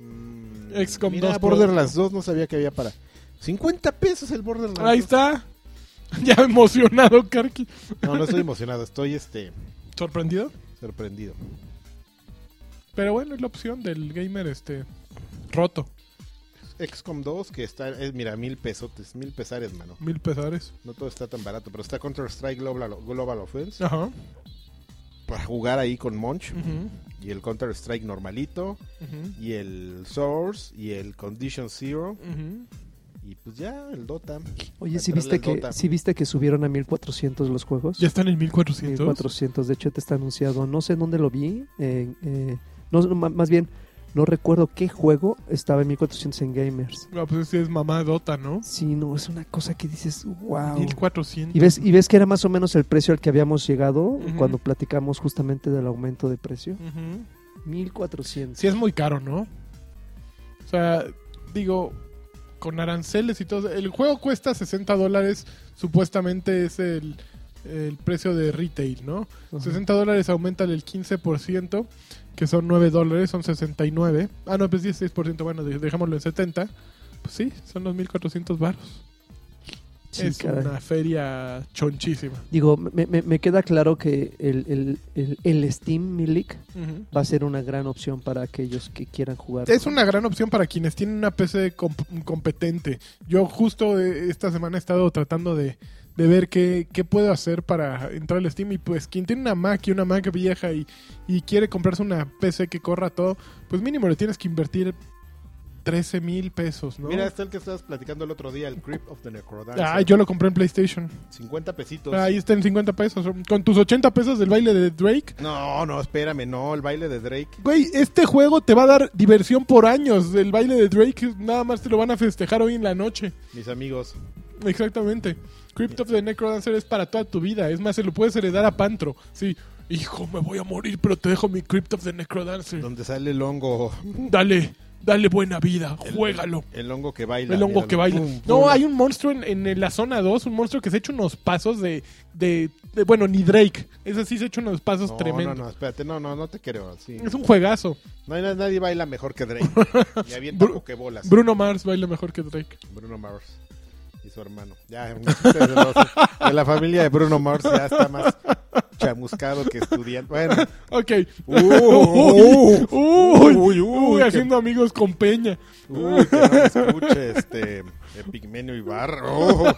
mm, XCOM mira, 2 Pro. Borderlands 2 no sabía que había para... 50 pesos el Borderlands Ahí 2. está. Ya emocionado, Karki. No, no estoy emocionado, estoy, este, Sorprendido. sorprendido. Pero bueno, es la opción del gamer este roto. XCOM 2 que está, es, mira, mil pesotes, mil pesares, mano. Mil pesares. No todo está tan barato, pero está Counter-Strike Global, Global Offense Ajá. para jugar ahí con Monch. Ujú, y el Counter Strike normalito ujú, y el Source y el Condition Zero ujú. y pues ya el Dota. Pues Oye, si Entrarle viste, al que, Dota. ¿sí viste que subieron a 1400 los juegos? Ya están en 1400. 1400, de hecho te está anunciado, no sé en dónde lo vi, eh, eh, no, no, ma- más bien, no recuerdo qué juego estaba en 1400 en Gamers. Ah, pues sí es mamá Dota, ¿no? Sí, no, es una cosa que dices, wow. 1400. Y ves, y ves que era más o menos el precio al que habíamos llegado Ujú. cuando platicamos justamente del aumento de precio. Ujú. 1400. Sí es muy caro, ¿no? O sea, digo, con aranceles y todo. El juego cuesta 60 dólares, supuestamente es el, el precio de retail, ¿no? Ajá. 60 dólares aumenta el 15%, que son 9 dólares, son 69. Ah, no, pues 16%, bueno, de- dejémoslo en 70. Pues sí, son los 1400 baros. Sí, es caray. una feria chonchísima. Digo, me, me- me queda claro que el, el, el, el Steam Milik va a ser una gran opción para aquellos que quieran jugar. Es una gran opción para quienes tienen una PC comp- competente. Yo justo eh, esta semana he estado tratando de, de ver qué, qué puedo hacer para entrar al Steam. Y pues quien tiene una Mac y una Mac vieja y, y quiere comprarse una PC que corra todo, pues mínimo le tienes que invertir 13 mil pesos, ¿no? Mira, está el que estabas platicando el otro día, el Crypt of the Necrodancer. Ah, yo Ah, lo compré en PlayStation. 50 pesitos. Ahí está en 50 pesos. Con tus 80 pesos del baile de Drake. No, no, espérame, no, el baile de Drake. Güey, este juego te va a dar diversión por años. El baile de Drake nada más te lo van a festejar hoy en la noche. Mis amigos, Exactamente. Crypt of the Necrodancer es para toda tu vida. Es más, se lo puedes heredar a Pantro. Sí. Hijo, me voy a morir, pero te dejo mi Crypt of the Necrodancer. donde sale el hongo, Dale, dale buena vida, juégalo. el hongo que baila. El hongo míralo. que baila. Pum, pum. No, hay un monstruo en, en la zona 2, un monstruo que se echa unos pasos de, de, de- Bueno, ni Drake. Ese sí se echa unos pasos No, tremendos. No, no, espérate, no, no, no te creo. sí. Es un juegazo. No hay na- nadie baila mejor que Drake. y avienta Bru- pokebolas. Bruno Mars baila mejor que Drake. Bruno Mars y su hermano. Ya, un chiste de, los- de la familia de Bruno Mars ya está más chamuscado que estudiante. Bueno, Ok. Uh, uy, uy, uy, uy, uy, que- haciendo amigos con Peña. uy, que no me escuche este eh, Pigmenio Ibarra. Oh.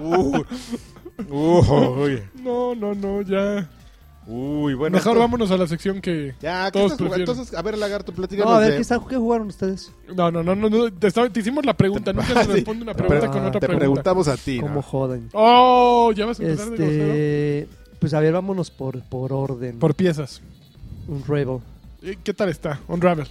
Uy, uy, No, no, no, ya. uy, bueno. Mejor esto- vámonos a la sección que... Ya, Todos ¿qué estás jugando? prefieren. Entonces, a ver, Lagarto, platícanos No, a ver, de- ¿qué, está- qué jugaron ustedes? No, no, no, no, no, Te, estaba- te hicimos la pregunta. Nunca se Sí, responde una te pre- pregunta con otra Te pregunta. preguntamos a ti. ¿no? ¿Cómo joden? Oh, ya vas a empezar de grosero. Este, pues a ver, vámonos por, por orden. Por piezas. Un Rebel. Eh, ¿Qué tal está? Unravel.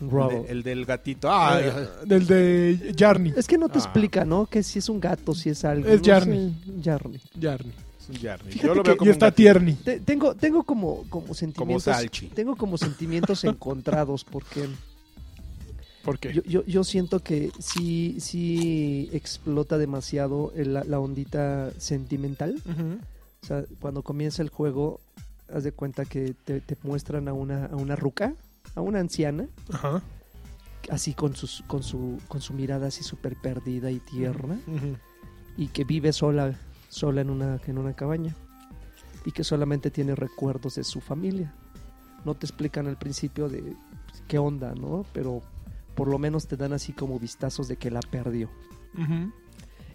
Un El, Rebel. de- el del gatito. Ah, Eh, del de Yarny. Es que no te Ah. explica, ¿no? Que si es un gato, si es algo. Es no Yarny. sé, Yarny. Yarny. es un Yarny. Fíjate Yo lo que- veo Y como un está gatito. Tierny. Te- tengo tengo como, como sentimientos. salchi. Tengo como sentimientos encontrados porque ¿Por qué? yo, yo, yo siento que sí, sí explota demasiado el- la, la ondita sentimental. Ujú. O sea, cuando comienza el juego, haz de cuenta que te, te muestran a una, a una ruca, a una anciana, Ajá. así con, sus, con, su, con su mirada así súper perdida y tierna. Ujú. y que vive sola, sola en una, en una cabaña y que solamente tiene recuerdos de su familia. No te explican al principio de pues, qué onda, ¿no? Pero por lo menos te dan así como vistazos de que la perdió. Ujú.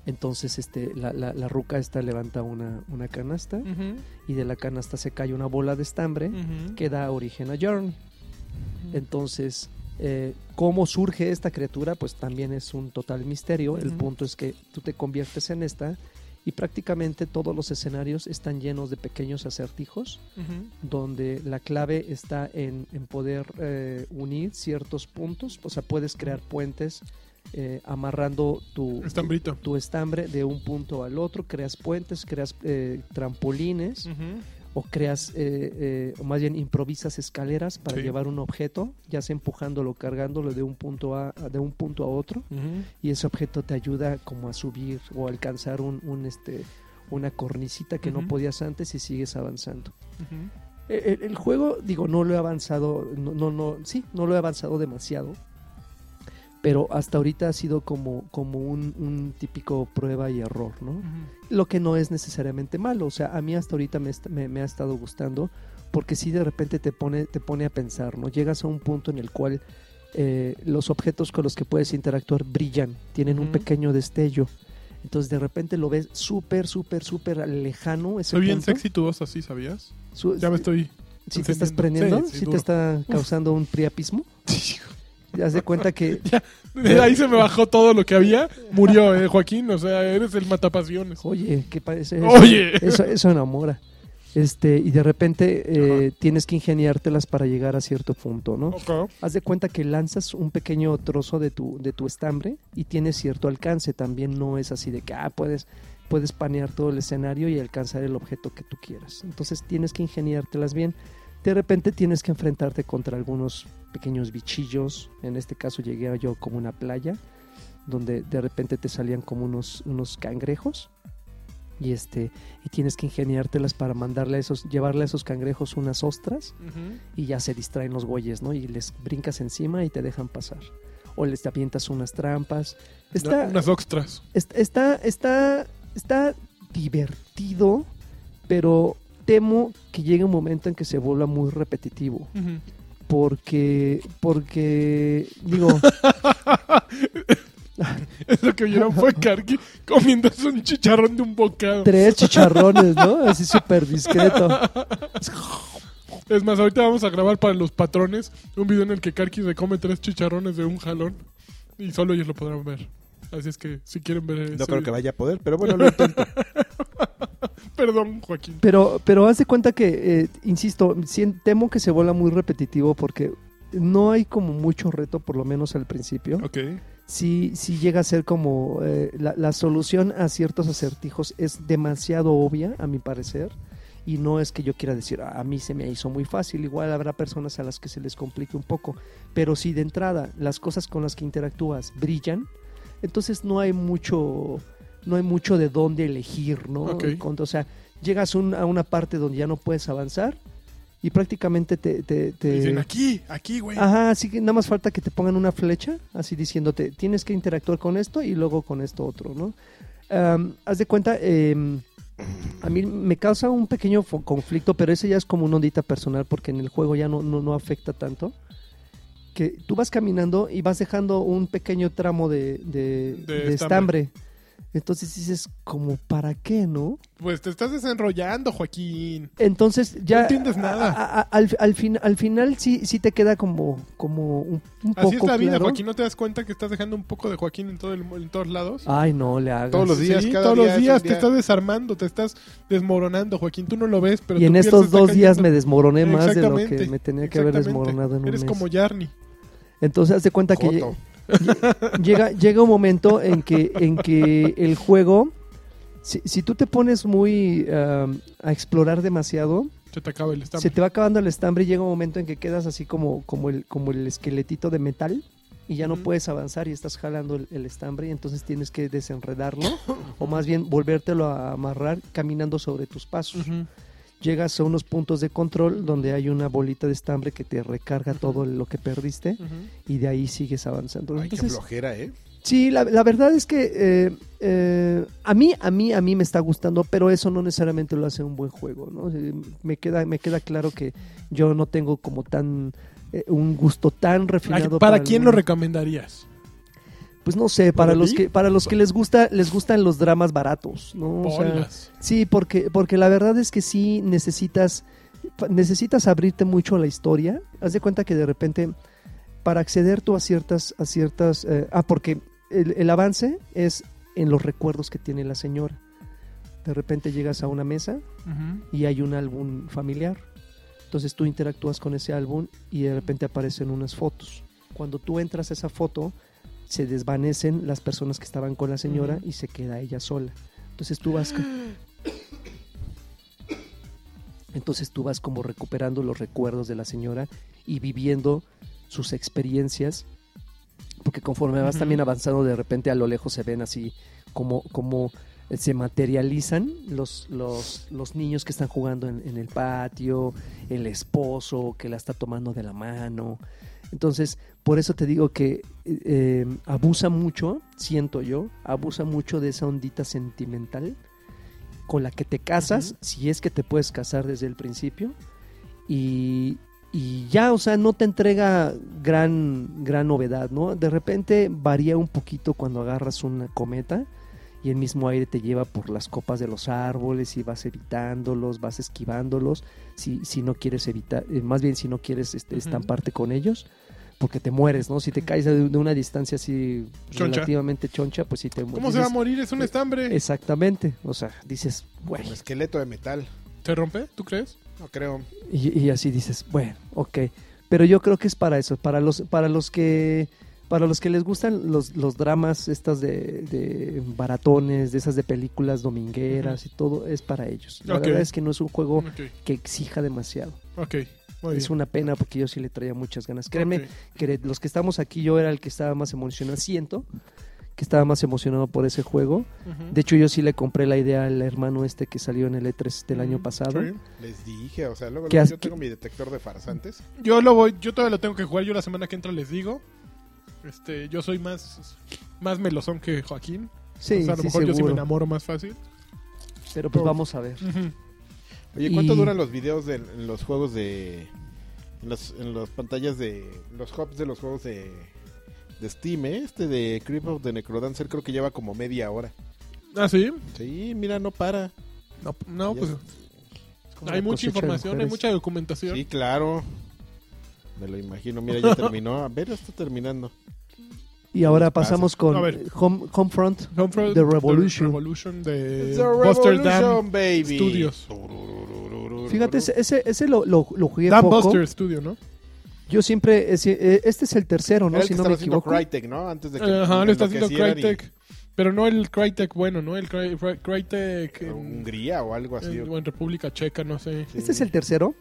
Entonces este, la, la, la ruca esta levanta una, una canasta Ujú. y de la canasta se cae una bola de estambre Ujú. que da origen a Journey. Entonces, eh, ¿cómo surge esta criatura? Pues también es un total misterio. El Ujú. punto es que tú te conviertes en esta y prácticamente todos los escenarios están llenos de pequeños acertijos Ujú. donde la clave está en, en poder eh, unir ciertos puntos. O sea, puedes crear puentes eh, amarrando tu... Estambrito. tu estambre de un punto al otro, creas puentes, creas eh, trampolines, Ujú. o creas, eh, eh, o más bien improvisas escaleras para Sí. llevar un objeto, ya sea empujándolo, cargándolo de un punto a a- de un punto a otro, Ujú. y ese objeto te ayuda como a subir o alcanzar un, un, este una cornicita que Ujú. no podías antes y sigues avanzando. Ujú. E- El, el juego, digo, no lo he avanzado, no, no, no, sí, no lo he avanzado demasiado, pero hasta ahorita ha sido como, como un, un típico prueba y error, ¿no? Ujú. lo que no es necesariamente malo. O sea, a mí hasta ahorita me, est- me- me ha estado gustando porque sí de repente te pone, te pone a pensar, ¿no? Llegas a un punto en el cual eh, los objetos con los que puedes interactuar brillan, tienen un Ujú. pequeño destello. Entonces de repente lo ves súper, súper, súper lejano ese Soy bien punto. sexy tu voz así, ¿sabías? Su- Ya me estoy... si te estás encendiendo. Sí, prendiendo, sí, si te duro. está causando un priapismo, haz de cuenta que De ahí se me bajó todo lo que había. Murió, eh, Joaquín. O sea, eres el matapasiones. Oye, ¿qué parece? eso? Oye. Eso, eso enamora. Este, y de repente eh, tienes que ingeniártelas para llegar a cierto punto, ¿no? Ok. Haz de cuenta que lanzas un pequeño trozo de tu, de tu estambre y tienes cierto alcance. También no es así de que ah, puedes, puedes panear todo el escenario y alcanzar el objeto que tú quieras. Entonces tienes que ingeniártelas bien. De repente tienes que enfrentarte contra algunos pequeños bichillos. En este caso llegué yo como una playa donde de repente te salían como unos, unos cangrejos. Y este, y tienes que ingeniártelas para mandarle a esos, llevarle a esos cangrejos unas ostras Ujú. y ya se distraen los güeyes, ¿no? Y les brincas encima y te dejan pasar. O les avientas unas trampas. Está, Una- Unas extras. est- está, está, está divertido, pero temo que llegue un momento en que se vuelva muy repetitivo. Porque, porque, digo, Lo que oyeron fue Karki comiéndose un chicharrón de un bocado. tres chicharrones, ¿no? Así súper discreto. Es más, ahorita vamos a grabar para los patrones un video en el que Karki se come tres chicharrones de un jalón y solo ellos lo podrán ver. Así es que si quieren ver No ese creo que video- vaya a poder, pero bueno, lo intento. Perdón, Joaquín. Pero, pero haz de cuenta que, eh, insisto, sien- temo que se vuela muy repetitivo porque no hay como mucho reto, por lo menos al principio. Ok. Sí, sí llega a ser como eh, la, la solución a ciertos acertijos es demasiado obvia, a mi parecer. Y no es que yo quiera decir, "Ah, a mí se me hizo muy fácil, igual habrá personas a las que se les complique un poco. Pero si de entrada las cosas con las que interactúas brillan, entonces no hay mucho, no hay mucho de dónde elegir, ¿no? Ok. En contra, O sea, llegas un- a una parte donde ya no puedes avanzar y prácticamente te... te- te- Dicen aquí, aquí, güey. Ajá, así que nada más falta que te pongan una flecha, así diciéndote, tienes que interactuar con esto y luego con esto otro, ¿no? Am, haz de cuenta, em, a mí me causa un pequeño fo- conflicto, pero ese ya es como una ondita personal porque en el juego ya no, no, no afecta tanto. Que tú vas caminando y vas dejando un pequeño tramo de, de- De estambre. de estambre. Entonces dices, como, ¿para qué, no? Pues te estás desenrollando, Joaquín. Entonces ya... No entiendes nada. a- a- al, al fin- al final sí, sí te queda como, como un, un poco Así es la vida, claro. Joaquín. ¿No te das cuenta que estás dejando un poco de Joaquín en, todo el, en todos lados? Ay, no le hagas. Todos los días, Sí, cada todos día los es un días te día. estás desarmando, te estás desmoronando, Joaquín. Tú no lo ves, pero y en tu piel se estos está dos días me cayendo. desmoroné más de lo Exactamente, que me tenía que haber exactamente. desmoronado en un Eres mes. como Yarny. Entonces, haz de cuenta que Coto. lle- llega, llega un momento en que, en que el juego, si, si tú te pones muy um, a explorar demasiado, Se te acaba el estambre. se te va acabando el estambre y llega un momento en que quedas así como, como, el, como el esqueletito de metal y ya no Ujú. puedes avanzar y estás jalando el, el estambre y entonces tienes que desenredarlo o más bien volvértelo a amarrar caminando sobre tus pasos. Ujú. Llegas a unos puntos de control donde hay una bolita de estambre que te recarga todo lo que perdiste Ujú. y de ahí sigues avanzando. Ay, qué Entonces, flojera, ¿eh? Sí, la, la verdad es que eh, eh, a mí, a mí, a mí me está gustando, pero eso no necesariamente lo hace un buen juego, ¿no? Eh, Me queda, me queda claro que yo no tengo como tan eh, un gusto tan Ay, refinado. ¿Para, quién alguna- lo recomendarías? Pues no sé, para, ¿Para los mí? que, para los que les gusta, les gustan los dramas baratos, ¿no? O sea, Bolas. sí, porque, porque la verdad es que sí necesitas, pa- necesitas abrirte mucho a la historia. Haz de cuenta que de repente para acceder tú a ciertas, a ciertas, eh, ah, porque el, el avance es en los recuerdos que tiene la señora. De repente llegas a una mesa Ujú. y hay un álbum familiar. Entonces tú interactúas con ese álbum y de repente aparecen unas fotos. Cuando tú entras a esa foto, se desvanecen las personas que estaban con la señora Ujú. y se queda ella sola. Entonces tú vas... co- Entonces tú vas como recuperando los recuerdos de la señora y viviendo sus experiencias. Porque conforme vas Ujú. también avanzando, de repente a lo lejos se ven así como, como eh, se materializan los, los, los niños que están jugando en, en el patio, el esposo que la está tomando de la mano. Entonces, por eso te digo que eh, eh, abusa mucho, siento yo, abusa mucho de esa ondita sentimental con la que te casas, Ujú. si es que te puedes casar desde el principio. Y, y ya, o sea, no te entrega gran, gran novedad, ¿no? De repente varía un poquito cuando agarras una cometa y el mismo aire te lleva por las copas de los árboles y vas evitándolos, vas esquivándolos, si, si no quieres evitar, eh, más bien si no quieres este, Ujú. estamparte con ellos, porque te mueres, ¿no? Si te caes de, de una distancia así Choncha. relativamente choncha, pues sí te mueres. ¿Cómo se va a morir? Es un estambre. Exactamente, o sea, dices, güey, Pues Un esqueleto de metal. ¿Se rompe? ¿Tú crees? No creo. y, y así dices, bueno, ok. Pero yo creo que es para eso, para los, para los que para los que les gustan los, los dramas estas de, de baratones, de esas de películas domingueras y todo, es para ellos. La Ok. verdad es que no es un juego Ok, que exija demasiado. ok. Muy Oh. es bien. una pena porque yo sí le traía muchas ganas. Créanme Ok. que de los que estamos aquí yo era el que estaba más emocionado, siento que estaba más emocionado por ese juego. Ujú. De hecho yo sí le compré la idea al hermano este que salió en el E3 del año Ujú. pasado. Sí. Les dije, o sea, luego, ¿Qué luego has- yo tengo mi detector de farsantes. Yo lo voy, yo todavía lo tengo que jugar, yo la semana que entra les digo. Este, yo soy más más melosón que Joaquín. Sí, o sea, Pues a lo sí, mejor yo sí me seguro. enamoro más fácil. Pero pues vamos a ver. Ujú. Oye, ¿cuánto Y- duran los videos de en los juegos de. En las, en las pantallas de. Los hubs de los juegos de. De Steam, ¿eh? Este de Creep of the Necrodancer creo que lleva como media hora. Ah, sí. Sí, mira, no para. No, no, Ya pues es- como Hay la mucha cosecha de información, hay mujeres. mucha documentación. Sí, claro. Me lo imagino. Mira, ya terminó. A ver, está terminando. Y ahora Pasa. pasamos con A ver. eh, Home, Homefront. Homefront, The Revolution. Revolution de The Buster Dam, Revolution, baby. Studios. Fíjate, ese, ese, ese lo, lo, lo jugué Dam poco. Buster Studio, ¿no? Yo siempre, eh, si- eh, este es el tercero, Era ¿no? el Si que no estaba me haciendo equivoco. Crytek, ¿no? Antes de que Ajá, lo está haciendo enloquecieran y- Crytek. Pero no el Crytek bueno, ¿no? El Cry- Cry- Crytek en en, Hungría o algo así. en- o en República Checa, no sé. Sí, Este es el tercero,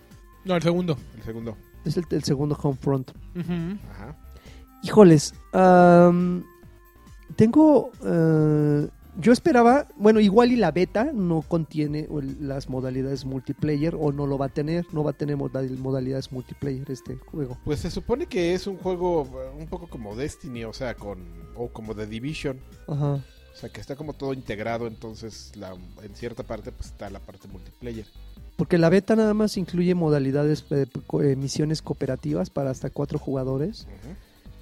No, el segundo. el segundo. es el, el segundo Homefront. Ujú. Ajá. Híjoles, am, tengo... eh, yo esperaba, bueno, igual y la beta no contiene o el- las modalidades multiplayer o no lo va a tener, no va a tener moda- modalidades multiplayer este juego. Pues se supone que es un juego eh, un poco como Destiny, o sea, con o como The Division, Ajá. o sea, que está como todo integrado, entonces la, en cierta parte pues está la parte multiplayer. Porque la beta nada más incluye modalidades, eh, co- eh, misiones cooperativas para hasta cuatro jugadores. Ujú.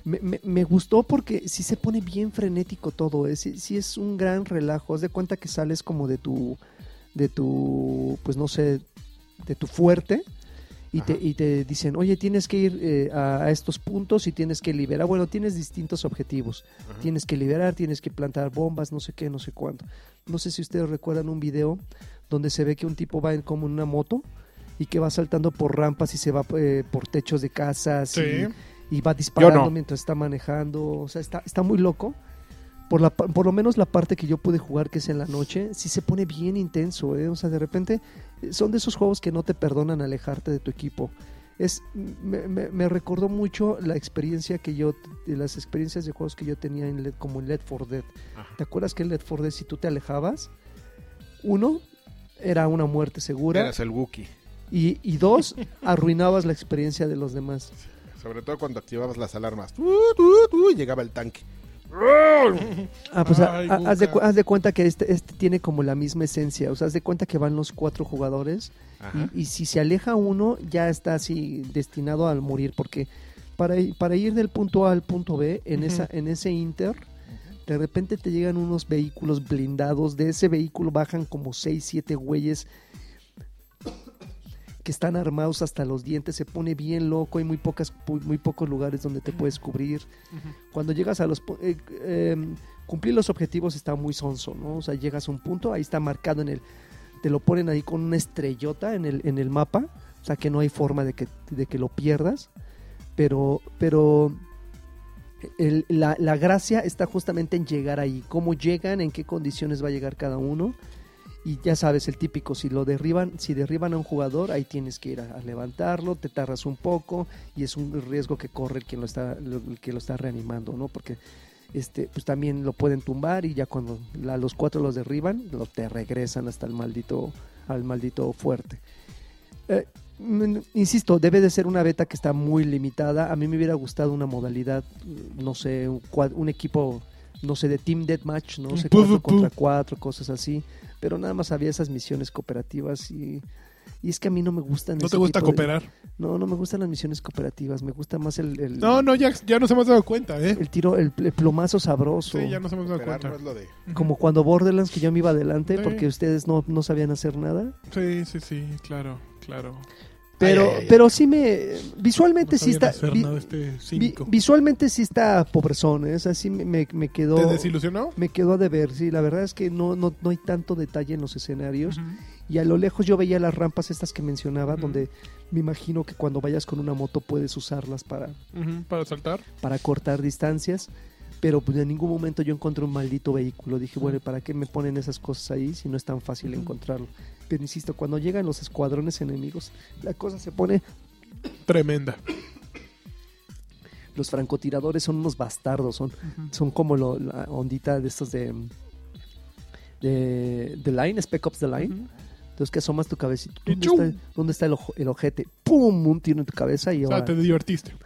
Me, me- me gustó porque sí se pone bien frenético todo, ¿eh? sí, sí es un gran relajo. Haz de cuenta que sales como de tu, de tu, pues no sé, de tu fuerte y, te, Ajá. y te dicen, oye, tienes que ir eh, a, a estos puntos y tienes que liberar. Bueno, tienes distintos objetivos. Ajá. Tienes que liberar, tienes que plantar bombas, no sé qué, no sé cuánto. No sé si ustedes recuerdan un video donde se ve que un tipo va en como en una moto y que va saltando por rampas y se va eh, por techos de casas Sí. y y va disparando no. mientras está manejando. O sea, está, está muy loco. Por, la, pa- por lo menos la parte que yo pude jugar, que es en la noche, sí se pone bien intenso. ¿eh? O sea, de repente eh, son de esos juegos que no te perdonan alejarte de tu equipo. Es, me, me- me recordó mucho la experiencia que yo, de las experiencias de juegos que yo tenía en Led- como en Led 4 Dead. Ajá. ¿Te acuerdas que en Led 4 Dead, si tú te alejabas, uno era una muerte segura Eras el Wookiee, y, y dos, arruinabas la experiencia de los demás. sobre todo cuando activabas las alarmas. Tu, tu, tu, y llegaba el tanque. Ah, pues Ay, ha- ha- haz, de, cu- Guga. haz de cuenta que este, este tiene como la misma esencia. O sea, haz de cuenta que van los cuatro jugadores Ajá. y, y si se aleja uno, ya está así destinado al morir. Porque para, i- para ir del punto A al punto B, en, Ujú. esa, en ese inter, de repente te llegan unos vehículos blindados. De ese vehículo bajan como seis, siete güeyes que están armados hasta los dientes. Se pone bien loco. Hay muy, pocas, muy, muy pocos lugares donde te puedes cubrir Ujú. cuando llegas a los pu- eh, eh, cumplir los objetivos está muy sonso, ¿no? O sea, llegas a un punto, ahí está marcado en el te lo ponen ahí con una estrellota en el en el mapa, o sea, que no hay forma de que de que lo pierdas, pero pero el- la, la gracia está justamente en llegar ahí, cómo llegan, en qué condiciones va a llegar cada uno. Y ya sabes, el típico, si lo derriban, si derriban a un jugador, ahí tienes que ir a, a levantarlo, te tardas un poco, y es un riesgo que corre el quien lo está, lo- el que lo está reanimando, ¿no? Porque este, pues también lo pueden tumbar y ya cuando a los cuatro los derriban, los te regresan hasta el maldito, al maldito fuerte. Eh, mm, insisto, debe de ser una beta que está muy limitada. A mí me hubiera gustado una modalidad, no sé, un, cua- un equipo, no sé, de Team Deathmatch, no Un sé, cuatro PvP. contra cuatro, cosas así. Pero nada más había esas misiones cooperativas y, y es que a mí no me gustan. No ese te gusta tipo de- cooperar. no, no me gustan las misiones cooperativas, me gusta más el, el, No, no, ya, ya nos hemos dado cuenta, ¿eh? el tiro, el, pl- plomazo sabroso. Sí, ya nos hemos dado Operar cuenta. no es lo de... Como cuando Borderlands, que yo me iba adelante Sí. porque ustedes no, no sabían hacer nada. Sí, sí, sí, claro, claro. Pero, Ay, ay, ay. pero sí me. Visualmente No sí sabían está. hacer vi- nada este vi- cínico. visualmente sí está pobrezón, ¿eh? O sea, sí me, me, me quedó. ¿Te desilusionó? Me quedó a deber, sí. La verdad es que no, no, no hay tanto detalle en los escenarios. Ujú. Y a lo lejos yo veía las rampas estas que mencionaba, Ujú. donde me imagino que cuando vayas con una moto puedes usarlas para, Ujú, Para saltar. para cortar distancias, pero pues en ningún momento yo encontré un maldito vehículo. Dije, bueno, ¿para qué me ponen esas cosas ahí si no es tan fácil Ujú. encontrarlo? Pero insisto, cuando llegan los escuadrones enemigos, la cosa se pone... Tremenda. Los francotiradores son unos bastardos, son, son como lo- la ondita de estos de... De The Line, Spec Ops The Line. Ujú. Entonces que asomas tu cabecita. Y ¿Dónde chum. está, dónde está el, ojo- el ojete? ¡Pum! Un tiro en tu cabeza y O sea, ahora... te divertiste.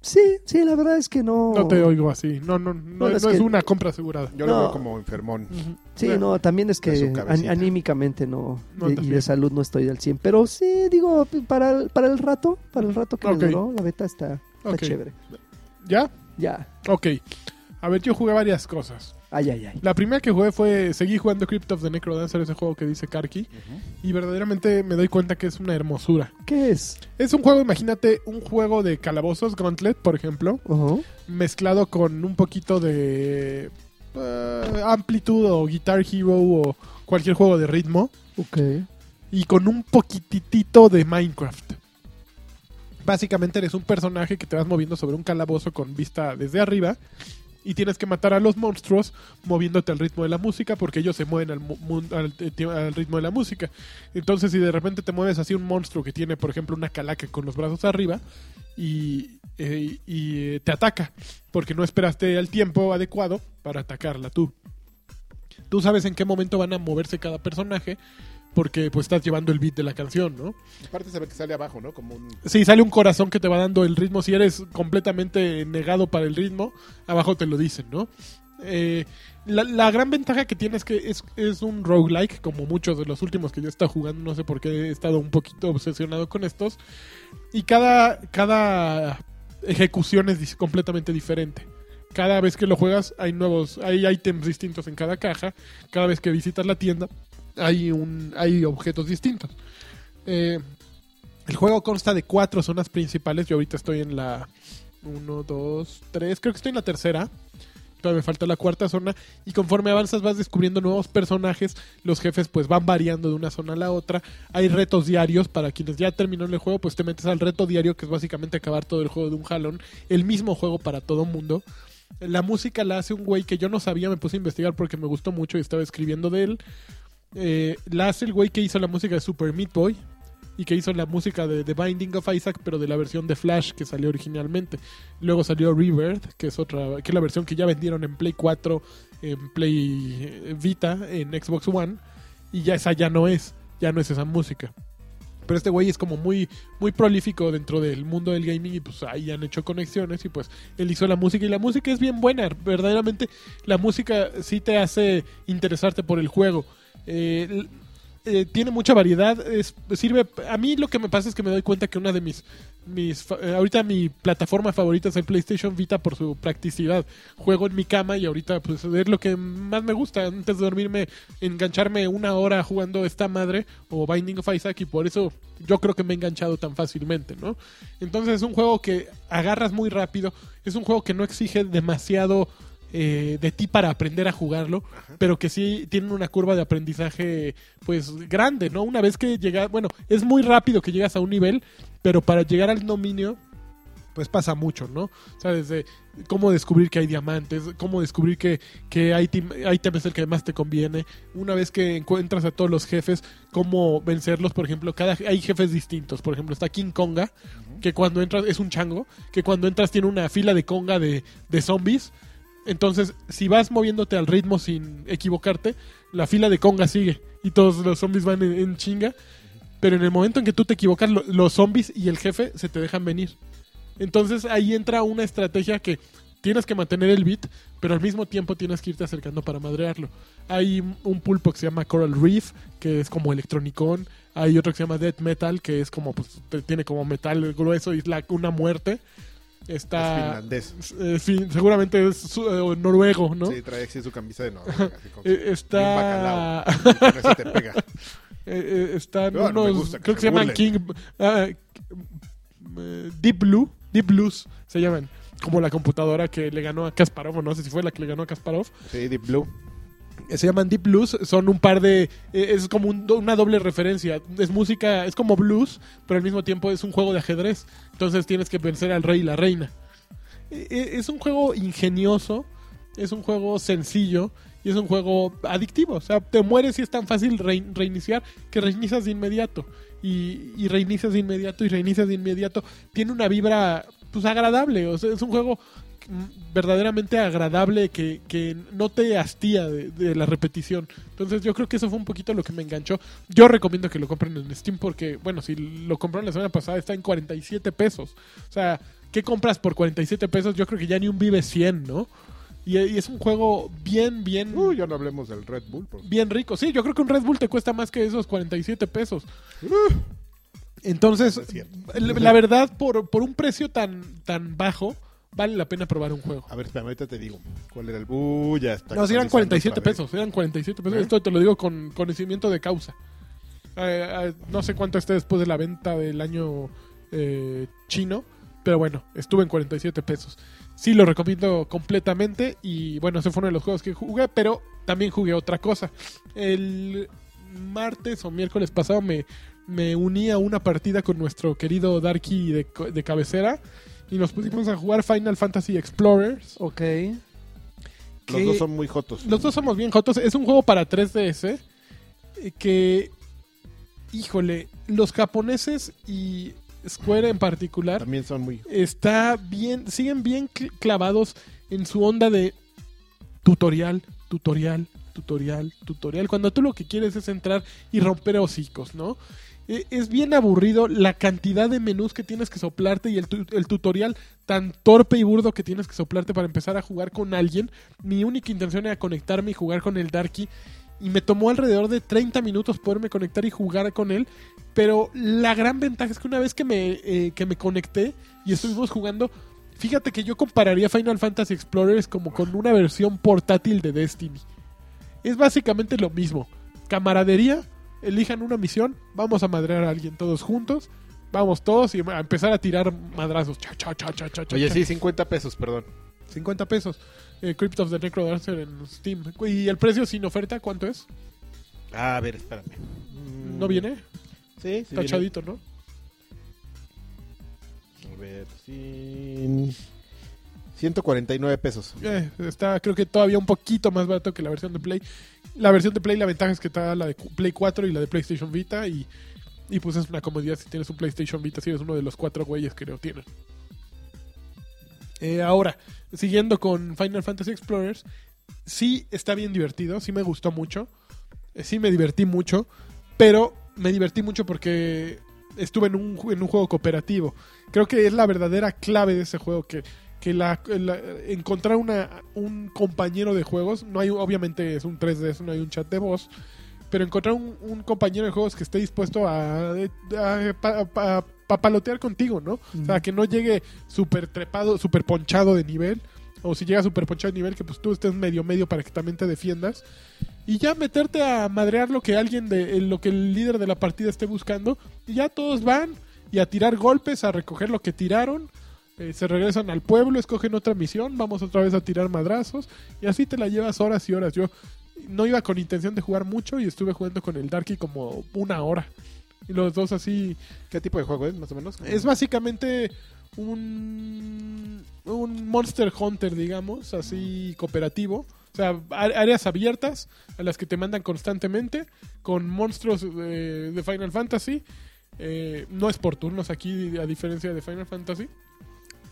Sí, sí, la verdad es que no... No te oigo así. No, no, no, Bueno, no es es, que- una compra asegurada. Yo lo No. veo como enfermón. Sí, Claro. no, también es De que su an- cabecita. anímicamente no, No de- andas y de bien. salud no estoy al 100, pero sí, digo, para el, para el rato, para el rato que Ok. me duró, la beta está, está Ok. chévere. ¿Ya? Ya, Ok. A ver, yo jugué varias cosas. Ay, ay, ay. La primera que jugué fue, seguí jugando Crypt of the Necrodancer, ese juego que dice Karki, y verdaderamente me doy cuenta que es una hermosura. ¿Qué es? Es un juego, imagínate, un juego de calabozos, Gauntlet, por ejemplo, Ujú. mezclado con un poquito de eh, Amplitud o Guitar Hero o cualquier juego de ritmo, Ok. y con un poquititito de Minecraft. Básicamente eres un personaje que te vas moviendo sobre un calabozo con vista desde arriba y tienes que matar a los monstruos moviéndote al ritmo de la música porque ellos se mueven al, mu- mun- al- eh, ti- al ritmo de la música. Entonces si de repente te mueves así un monstruo que tiene por ejemplo una calaca con los brazos arriba y, eh, y, eh, te ataca porque no esperaste el tiempo adecuado para atacarla tú. Tú sabes en qué momento van a moverse cada personaje porque pues estás llevando el beat de la canción, ¿no? Aparte se ve que sale abajo, ¿no? Como un... Sí, sale un corazón que te va dando el ritmo. Si eres completamente negado para el ritmo, abajo te lo dicen, ¿no? Eh, la, la gran ventaja que tiene es que es, es un roguelike, como muchos de los últimos que yo he estado jugando. No sé por qué he estado un poquito obsesionado con estos. Y cada, cada ejecución es dis- completamente diferente. Cada vez que lo juegas hay nuevos, hay ítems distintos en cada caja. Cada vez que visitas la tienda hay, un, hay objetos distintos. Eh, el juego consta de cuatro zonas principales. Yo ahorita estoy en la 1, 2, 3. Creo que estoy en la tercera. Todavía me falta la cuarta zona. Y conforme avanzas vas descubriendo nuevos personajes. Los jefes pues van variando de una zona a la otra. Hay retos diarios. Para quienes ya terminaron el juego pues te metes al reto diario que es básicamente acabar todo el juego de un jalón. El mismo juego para todo mundo. La música la hace un güey que yo no sabía. Me puse a investigar porque me gustó mucho y estaba escribiendo de él. Eh, la hace el güey que hizo la música de Super Meat Boy y que hizo la música de The Binding of Isaac, pero de la versión de Flash que salió originalmente. Luego salió Rebirth, que es otra, que es la versión que ya vendieron en Play 4, en Play eh, Vita, en Xbox One, y ya esa ya no es, ya no es esa música. Pero este güey es como muy, muy prolífico dentro del mundo del gaming y pues ahí han hecho conexiones y pues él hizo la música y la música es bien buena, verdaderamente la música sí te hace interesarte por el juego. Eh, l- eh, tiene mucha variedad. es- sirve. A mí lo que me pasa es que me doy cuenta que una de mis. mis fa- eh, ahorita mi plataforma favorita es el PlayStation Vita por su practicidad. Juego en mi cama y ahorita pues es lo que más me gusta. Antes de dormirme, engancharme una hora jugando esta madre o Binding of Isaac y por eso yo creo que me he enganchado tan fácilmente, ¿no? Entonces es un juego que agarras muy rápido. Es un juego que no exige demasiado eh, de ti para aprender a jugarlo, pero que sí tienen una curva de aprendizaje pues grande, ¿no? Una vez que llegas, bueno, es muy rápido que llegas a un nivel, pero para llegar al dominio pues pasa mucho, ¿no? O sea, desde cómo descubrir que hay diamantes, cómo descubrir que, que hay tim- hay tem es el que más te conviene, una vez que encuentras a todos los jefes, cómo vencerlos, por ejemplo, cada hay jefes distintos, por ejemplo, está King Konga, que cuando entras es un chango, que cuando entras tiene una fila de conga de, de zombies, entonces, si vas moviéndote al ritmo sin equivocarte, la fila de conga sigue y todos los zombies van en, en chinga. Pero en el momento en que tú te equivocas, lo- los zombies y el jefe se te dejan venir. Entonces ahí entra una estrategia que tienes que mantener el beat, pero al mismo tiempo tienes que irte acercando para madrearlo. Hay un pulpo que se llama Coral Reef, que es como electronicón. Hay otro que se llama Dead Metal, que es como, pues, te- tiene como metal grueso y es la- una muerte. Es Está finlandés. eh, fin- seguramente es su- eh, noruego, ¿no? Sí, trae así su camisa de Noruega. así con su- Eh, bien está. bacalao. Y Con eso te pega. eh, eh, están No, no me unos- gusta que creo que se se llaman burlen. King. ah, eh, Deep Blue. Deep Blues se llaman. Como la computadora que le ganó a Kasparov, o no sé si fue la que le ganó a Kasparov. Sí, Deep Blue. Eh, Se llaman Deep Blues, son un par de... eh, es como un do- una doble referencia. Es música, es como blues, pero al mismo tiempo es un juego de ajedrez. Entonces tienes que vencer al rey y la reina. Eh, eh, Es un juego ingenioso, es un juego sencillo y es un juego adictivo. O sea, te mueres y es tan fácil rein- reiniciar que reinicias de inmediato. Y, y reinicias de inmediato y reinicias de inmediato. Tiene una vibra pues agradable. O sea, es un juego mm, verdaderamente agradable que, que no te hastía de, de la repetición. Entonces yo creo que eso fue un poquito lo que me enganchó. Yo recomiendo que lo compren en Steam porque, bueno, si lo compraron la semana pasada está en 47 pesos. O sea, ¿qué compras por 47 pesos? Yo creo que ya ni un Vive 100, ¿no? Y, y es un juego bien, bien... Uy, ya no hablemos del Red Bull. porque- Bien rico. Sí, yo creo que un Red Bull te cuesta más que esos 47 pesos. Entonces, es cierto. la la verdad, por, por un precio tan, tan bajo, vale la pena probar un juego. A ver, espérame, ahorita te digo. ¿Cuál era el. Uh, ya está. No, si eran actualizando 47 otra vez. pesos, eran 47 pesos. ¿Eh? Esto te lo digo con conocimiento de causa. Eh, eh, no sé cuánto esté después de la venta del año eh, chino, pero bueno, estuve en 47 pesos. Sí, lo recomiendo completamente y bueno, ese fue uno de los juegos que jugué, pero también jugué otra cosa. El martes o miércoles pasado me, me uní a una partida con nuestro querido Darky de, co- de cabecera y nos pusimos a jugar Final Fantasy Explorers. Ok. Los que- dos son muy jotos. los dos somos bien jotos. Es un juego para 3DS eh, que, híjole, los japoneses y Square en particular También son muy. está bien, siguen bien cl- clavados en su onda de tutorial, tutorial, tutorial, tutorial. Cuando tú lo que quieres es entrar y romper hocicos, ¿no? E- Es bien aburrido la cantidad de menús que tienes que soplarte y el, tu- el tutorial tan torpe y burdo que tienes que soplarte para empezar a jugar con alguien. Mi única intención era conectarme y jugar con el Darky. Y me tomó alrededor de 30 minutos poderme conectar y jugar con él. Pero la gran ventaja es que una vez que me, eh, que me conecté y estuvimos jugando, fíjate que yo compararía Final Fantasy Explorers como con una versión portátil de Destiny. Es básicamente lo mismo. Camaradería, elijan una misión, vamos a madrear a alguien todos juntos, vamos todos y a empezar a tirar madrazos. Cha, cha, cha, cha, cha, cha, Oye, cha. sí, 50 pesos, perdón. 50 pesos. Eh, Crypt of the Necrodancer en Steam. ¿Y el precio sin oferta cuánto es? A ver, espérame. Mm, ¿No viene? Sí, sí. viene. Tachadito, ¿no? A ver, sí. 149 pesos. Eh, está, creo que todavía un poquito más barato que la versión de Play. La versión de Play, la ventaja es que está la de cu- Play 4 y la de PlayStation Vita. Y, y pues es una comodidad si tienes un PlayStation Vita, si eres uno de los cuatro güeyes que lo tienen. Eh, ahora, siguiendo con Final Fantasy Explorers, sí está bien divertido, sí me gustó mucho, eh, sí me divertí mucho, pero me divertí mucho porque estuve en un, ju- en un juego cooperativo. Creo que es la verdadera clave de ese juego, que, que la, la- encontrar una, un compañero de juegos, no hay, obviamente es un 3DS, no hay un chat de voz, pero encontrar un, un compañero de juegos que esté dispuesto a, a- pa- pa- papalotear contigo, ¿no? O sea, que no llegue súper trepado, súper ponchado de nivel. O si llega súper ponchado de nivel, que pues tú estés medio medio para que también te defiendas. Y ya meterte a madrear lo que alguien de eh, lo que el líder de la partida esté buscando. Y ya todos van y a tirar golpes, a recoger lo que tiraron. eh, se regresan al pueblo, escogen otra misión, vamos otra vez a tirar madrazos. Y así te la llevas horas y horas. Yo no iba con intención de jugar mucho y estuve jugando con el Darky como una hora. Y los dos así ¿Qué tipo de juego es, más o menos? es básicamente un, un Monster Hunter, digamos, así cooperativo. O sea, á- áreas abiertas a las que te mandan constantemente con monstruos eh, de Final Fantasy. Eh, no es por turnos aquí, a diferencia de Final Fantasy.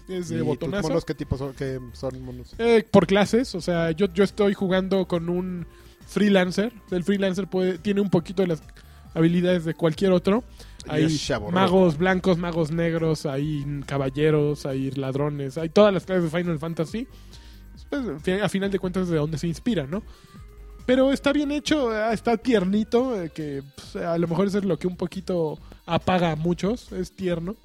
Es ¿Y de tus botonazo. monos qué tipo son? ¿Qué son monos? Eh, por clases, o sea, yo, yo estoy jugando con un freelancer. El freelancer puede, tiene un poquito de las habilidades de cualquier otro. Y Hay es chavorruco. magos blancos, magos negros, hay caballeros, hay ladrones, hay todas las clases de Final Fantasy. Pues, fi- a final de cuentas es de donde se inspira, ¿no? Pero está bien hecho, eh, está tiernito, eh, que pues, a lo mejor eso es lo que un poquito apaga a muchos, es tierno.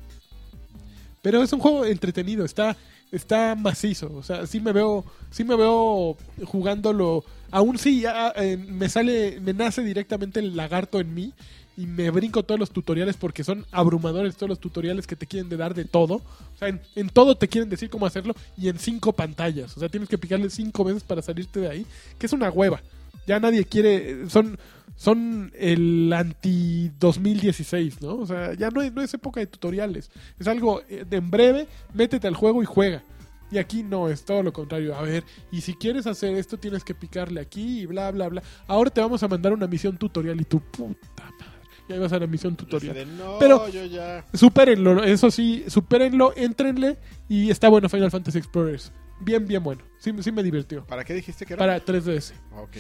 Pero es un juego entretenido, está, está macizo. O sea, sí me veo, sí me veo jugándolo. Aún si ya, eh, me sale, me nace directamente el lagarto en mí y me brinco todos los tutoriales porque son abrumadores todos los tutoriales que te quieren de dar de todo. O sea, en, en todo te quieren decir cómo hacerlo y en cinco pantallas. O sea, tienes que picarle cinco veces para salirte de ahí, que es una hueva. Ya nadie quiere, son, son el anti 2016, ¿no? O sea, ya no, es- no es época de tutoriales. Es algo eh, de en breve, métete al juego y juega. Y aquí no, es todo lo contrario. A ver, y si quieres hacer esto, tienes que picarle aquí y bla, bla, bla. Ahora te vamos a mandar una misión tutorial y tu puta madre. Y ahí vas a la misión tutorial. Así de, no, Pero- yo ya. Supérenlo, eso sí, supérenlo, entrenle. Y está bueno Final Fantasy Explorers. Bien, bien bueno. Sí, sí me divirtió. ¿Para qué dijiste que era? Para 3DS. Ok.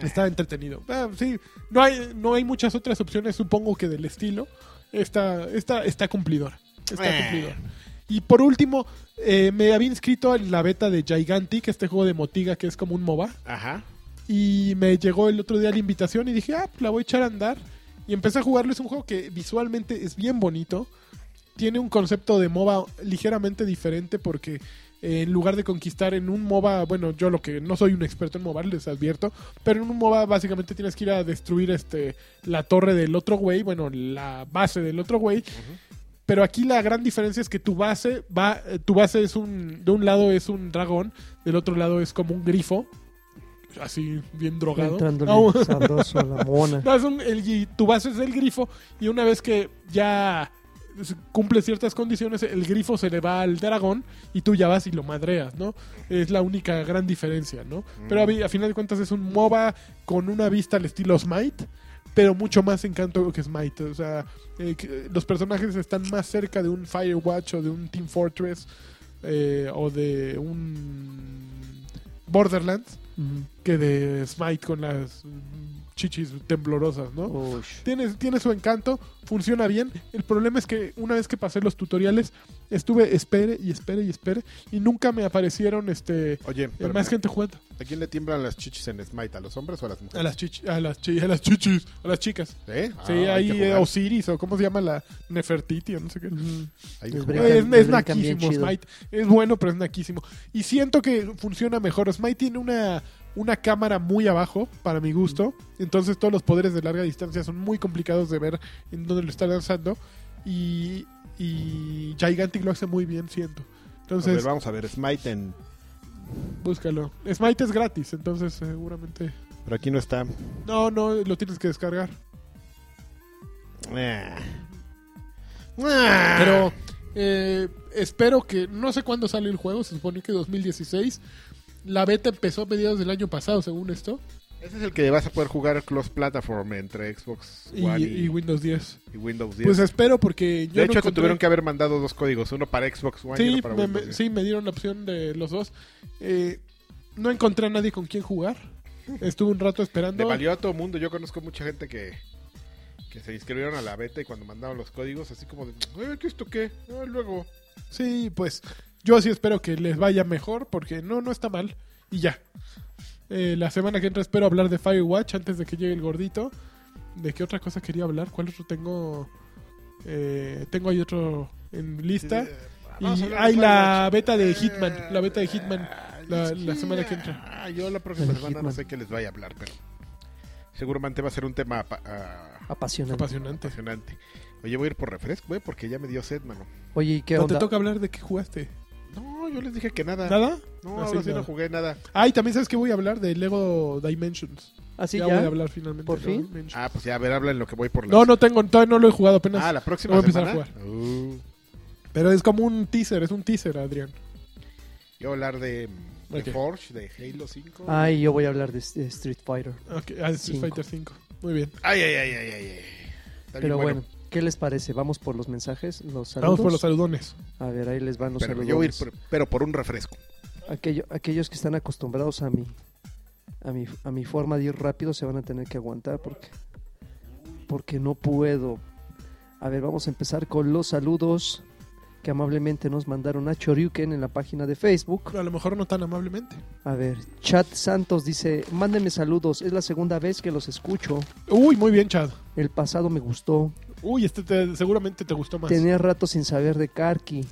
Está entretenido. Ah, sí, no hay, no hay muchas otras opciones, supongo que del estilo. Esta, esta está cumplidora. Está Eh. cumplidora. Y por último, eh, me había inscrito en la beta de Gigantic, este juego de Motiga que es como un MOBA. Ajá. Y me llegó el otro día la invitación y dije, ah, pues la voy a echar a andar. Y empecé a jugarlo. Es un juego que visualmente es bien bonito. tiene un concepto de MOBA ligeramente diferente porque eh, en lugar de conquistar en un MOBA, bueno, yo lo que no soy un experto en MOBA, les advierto, pero en un MOBA básicamente tienes que ir a destruir este la torre del otro güey, bueno, la base del otro güey. Pero aquí la gran diferencia es que tu base va eh, tu base es un de un lado es un dragón, del otro lado es como un grifo. Así, bien drogado. Entrándole No, sabroso a la mona. no, es un- el, y tu base es el grifo y una vez que ya s- cumple ciertas condiciones, el grifo se le va al dragón y tú ya vas y lo madreas, ¿no? Es la única gran diferencia, ¿no? Pero a, vi- a final de cuentas es un MOBA con una vista al estilo Smite, pero mucho más encanto que Smite. O sea, eh, que- los personajes están más cerca de un Firewatch o de un Team Fortress eh, o de un Borderlands Mm. que de Smite con las mm, chichis temblorosas, ¿no? Ush. Tiene, tiene su encanto, funciona bien. El problema es que una vez que pasé los tutoriales, estuve espere y espere y espere y nunca me aparecieron este Oye, eh, pero, más gente jugando. ¿a quién le tiemblan las chichis en Smite? ¿A los hombres o a las mujeres? A las, chichis, a, las chi- a las chichis, a las chicas. ¿Eh? Sí, Ah, hay ahí que eh, jugar. Osiris o cómo se llama la Nefertiti, o no sé qué. Ujú. Hay que Es jugar. brincan- Es, es brincan bien naquísimo chido. Smite. Es bueno, pero es naquísimo. Y siento que funciona mejor. Smite tiene una, una cámara muy abajo, para mi gusto. Entonces todos los poderes de larga distancia son muy complicados de ver en dónde lo está lanzando. Y, y Gigantic lo hace muy bien, siento. A ver, Entonces, vamos a ver, Smite en... búscalo. Smite es gratis, entonces seguramente... Pero aquí no está. No, no, lo tienes que descargar. Ah. Ah. Pero eh, espero que. No sé cuándo sale el juego, se supone que 2016. La beta empezó a mediados del año pasado, según esto. Ese es el que vas a poder jugar cross-platform entre Xbox Y, One y, y Windows 10. y Windows 10. Pues espero porque yo de no hecho, te encontré- tuvieron que haber mandado dos códigos, uno para Xbox One y Sí uno para me, Windows me- 10. sí, me dieron la opción de los dos. Eh, no encontré a nadie con quien jugar. Estuve un rato Le esperando. valió a todo mundo. Yo conozco mucha gente que, que se inscribieron a la beta y cuando mandaron los códigos, así como de, "Ay, ¿qué esto qué? Ah, luego. Sí, pues yo sí espero que les vaya mejor porque no, no está mal. Y ya. Eh, la semana que entra espero hablar de Firewatch antes de que llegue el gordito. ¿De qué otra cosa quería hablar? ¿Cuál otro tengo? Eh, tengo ahí otro en lista. Vamos a Este, Y hablar de hay la Firewatch. beta de Eh, Hitman. La beta de Hitman. ay, la- es la semana que entra. ah, yo la próxima El semana no Hitman. sé qué les vaya a hablar, pero seguramente va a ser un tema apa- ah, Apasionante. Apasionante. apasionante. Oye, voy a ir por refresco, güey, porque ya me dio sed, mano. Oye, ¿y qué No te onda? toca hablar de qué jugaste. No, yo les dije que nada. ¿Nada? No, Ah, sí, ahora sí nada. no jugué nada. Ah, y también sabes que voy a hablar de Lego Dimensions. ¿Así ya, Ah, ya? voy a hablar finalmente. ¿Por de fin? Lego Dimensions. Ah, pues ya, a ver, habla en lo que voy por la... No, no tengo, todavía no lo he jugado apenas. Ah, la próxima voy a empezar semana. a Uh, Pero es como un teaser, es un teaser, Adrián. yo voy a hablar de, de Ok. Forge, de Halo 5. Ay, yo voy a hablar de, S- de Street Fighter. Ok, ah, Street Cinco. Fighter 5. Muy bien. Ay, ay, ay, ay, ay, ay. Está bien Pero bueno. ¿qué les parece? ¿Vamos por los mensajes? ¿Los saludos? Vamos por los saludones. A ver, ahí les van los Pero saludos. yo voy a ir por, pero por un refresco. Aquello- aquellos que están acostumbrados a mi, a mi a mi forma de ir rápido se van a tener que aguantar porque porque no puedo. A ver, vamos a empezar con los saludos que amablemente nos mandaron a Choryuken en la página de Facebook. A lo mejor no tan amablemente. A ver, Chat Santos dice, "Mándenme saludos, es la segunda vez que los escucho. Uy, muy bien, Chad. El pasado me gustó. Uy, este te- seguramente te gustó más. Tenía rato sin saber de Karki.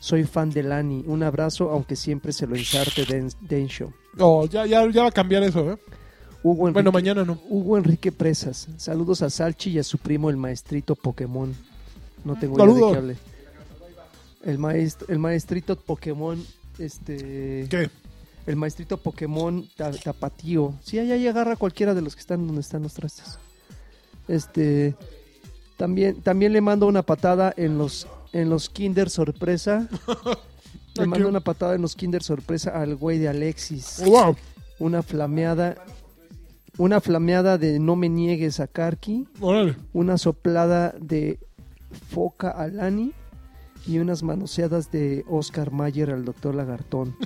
Soy fan de Lani. Un abrazo, aunque siempre se lo insarte Den- Densho." Oh, ya, ya, ya va a cambiar eso, ¿eh? Hugo Enrique- Bueno, mañana no. Hugo Enrique Presas. Saludos a Salchi y a su primo el maestrito Pokémon. No tengo idea Saludos. de qué hable. El, maest- el maestrito Pokémon, este... ¿Qué? El maestrito Pokémon ta- Tapatío. Sí, ahí, ahí agarra cualquiera de los que están donde están los trastes. Este... También, también le mando una patada en los, en los Kinder Sorpresa. Le Ay, mando qué- una patada en los Kinder Sorpresa al güey de Alexis Oh, wow. una flameada una flameada de no me niegues a Karki, Órale. una soplada de foca a Lani y unas manoseadas de Oscar Mayer al doctor Lagartón,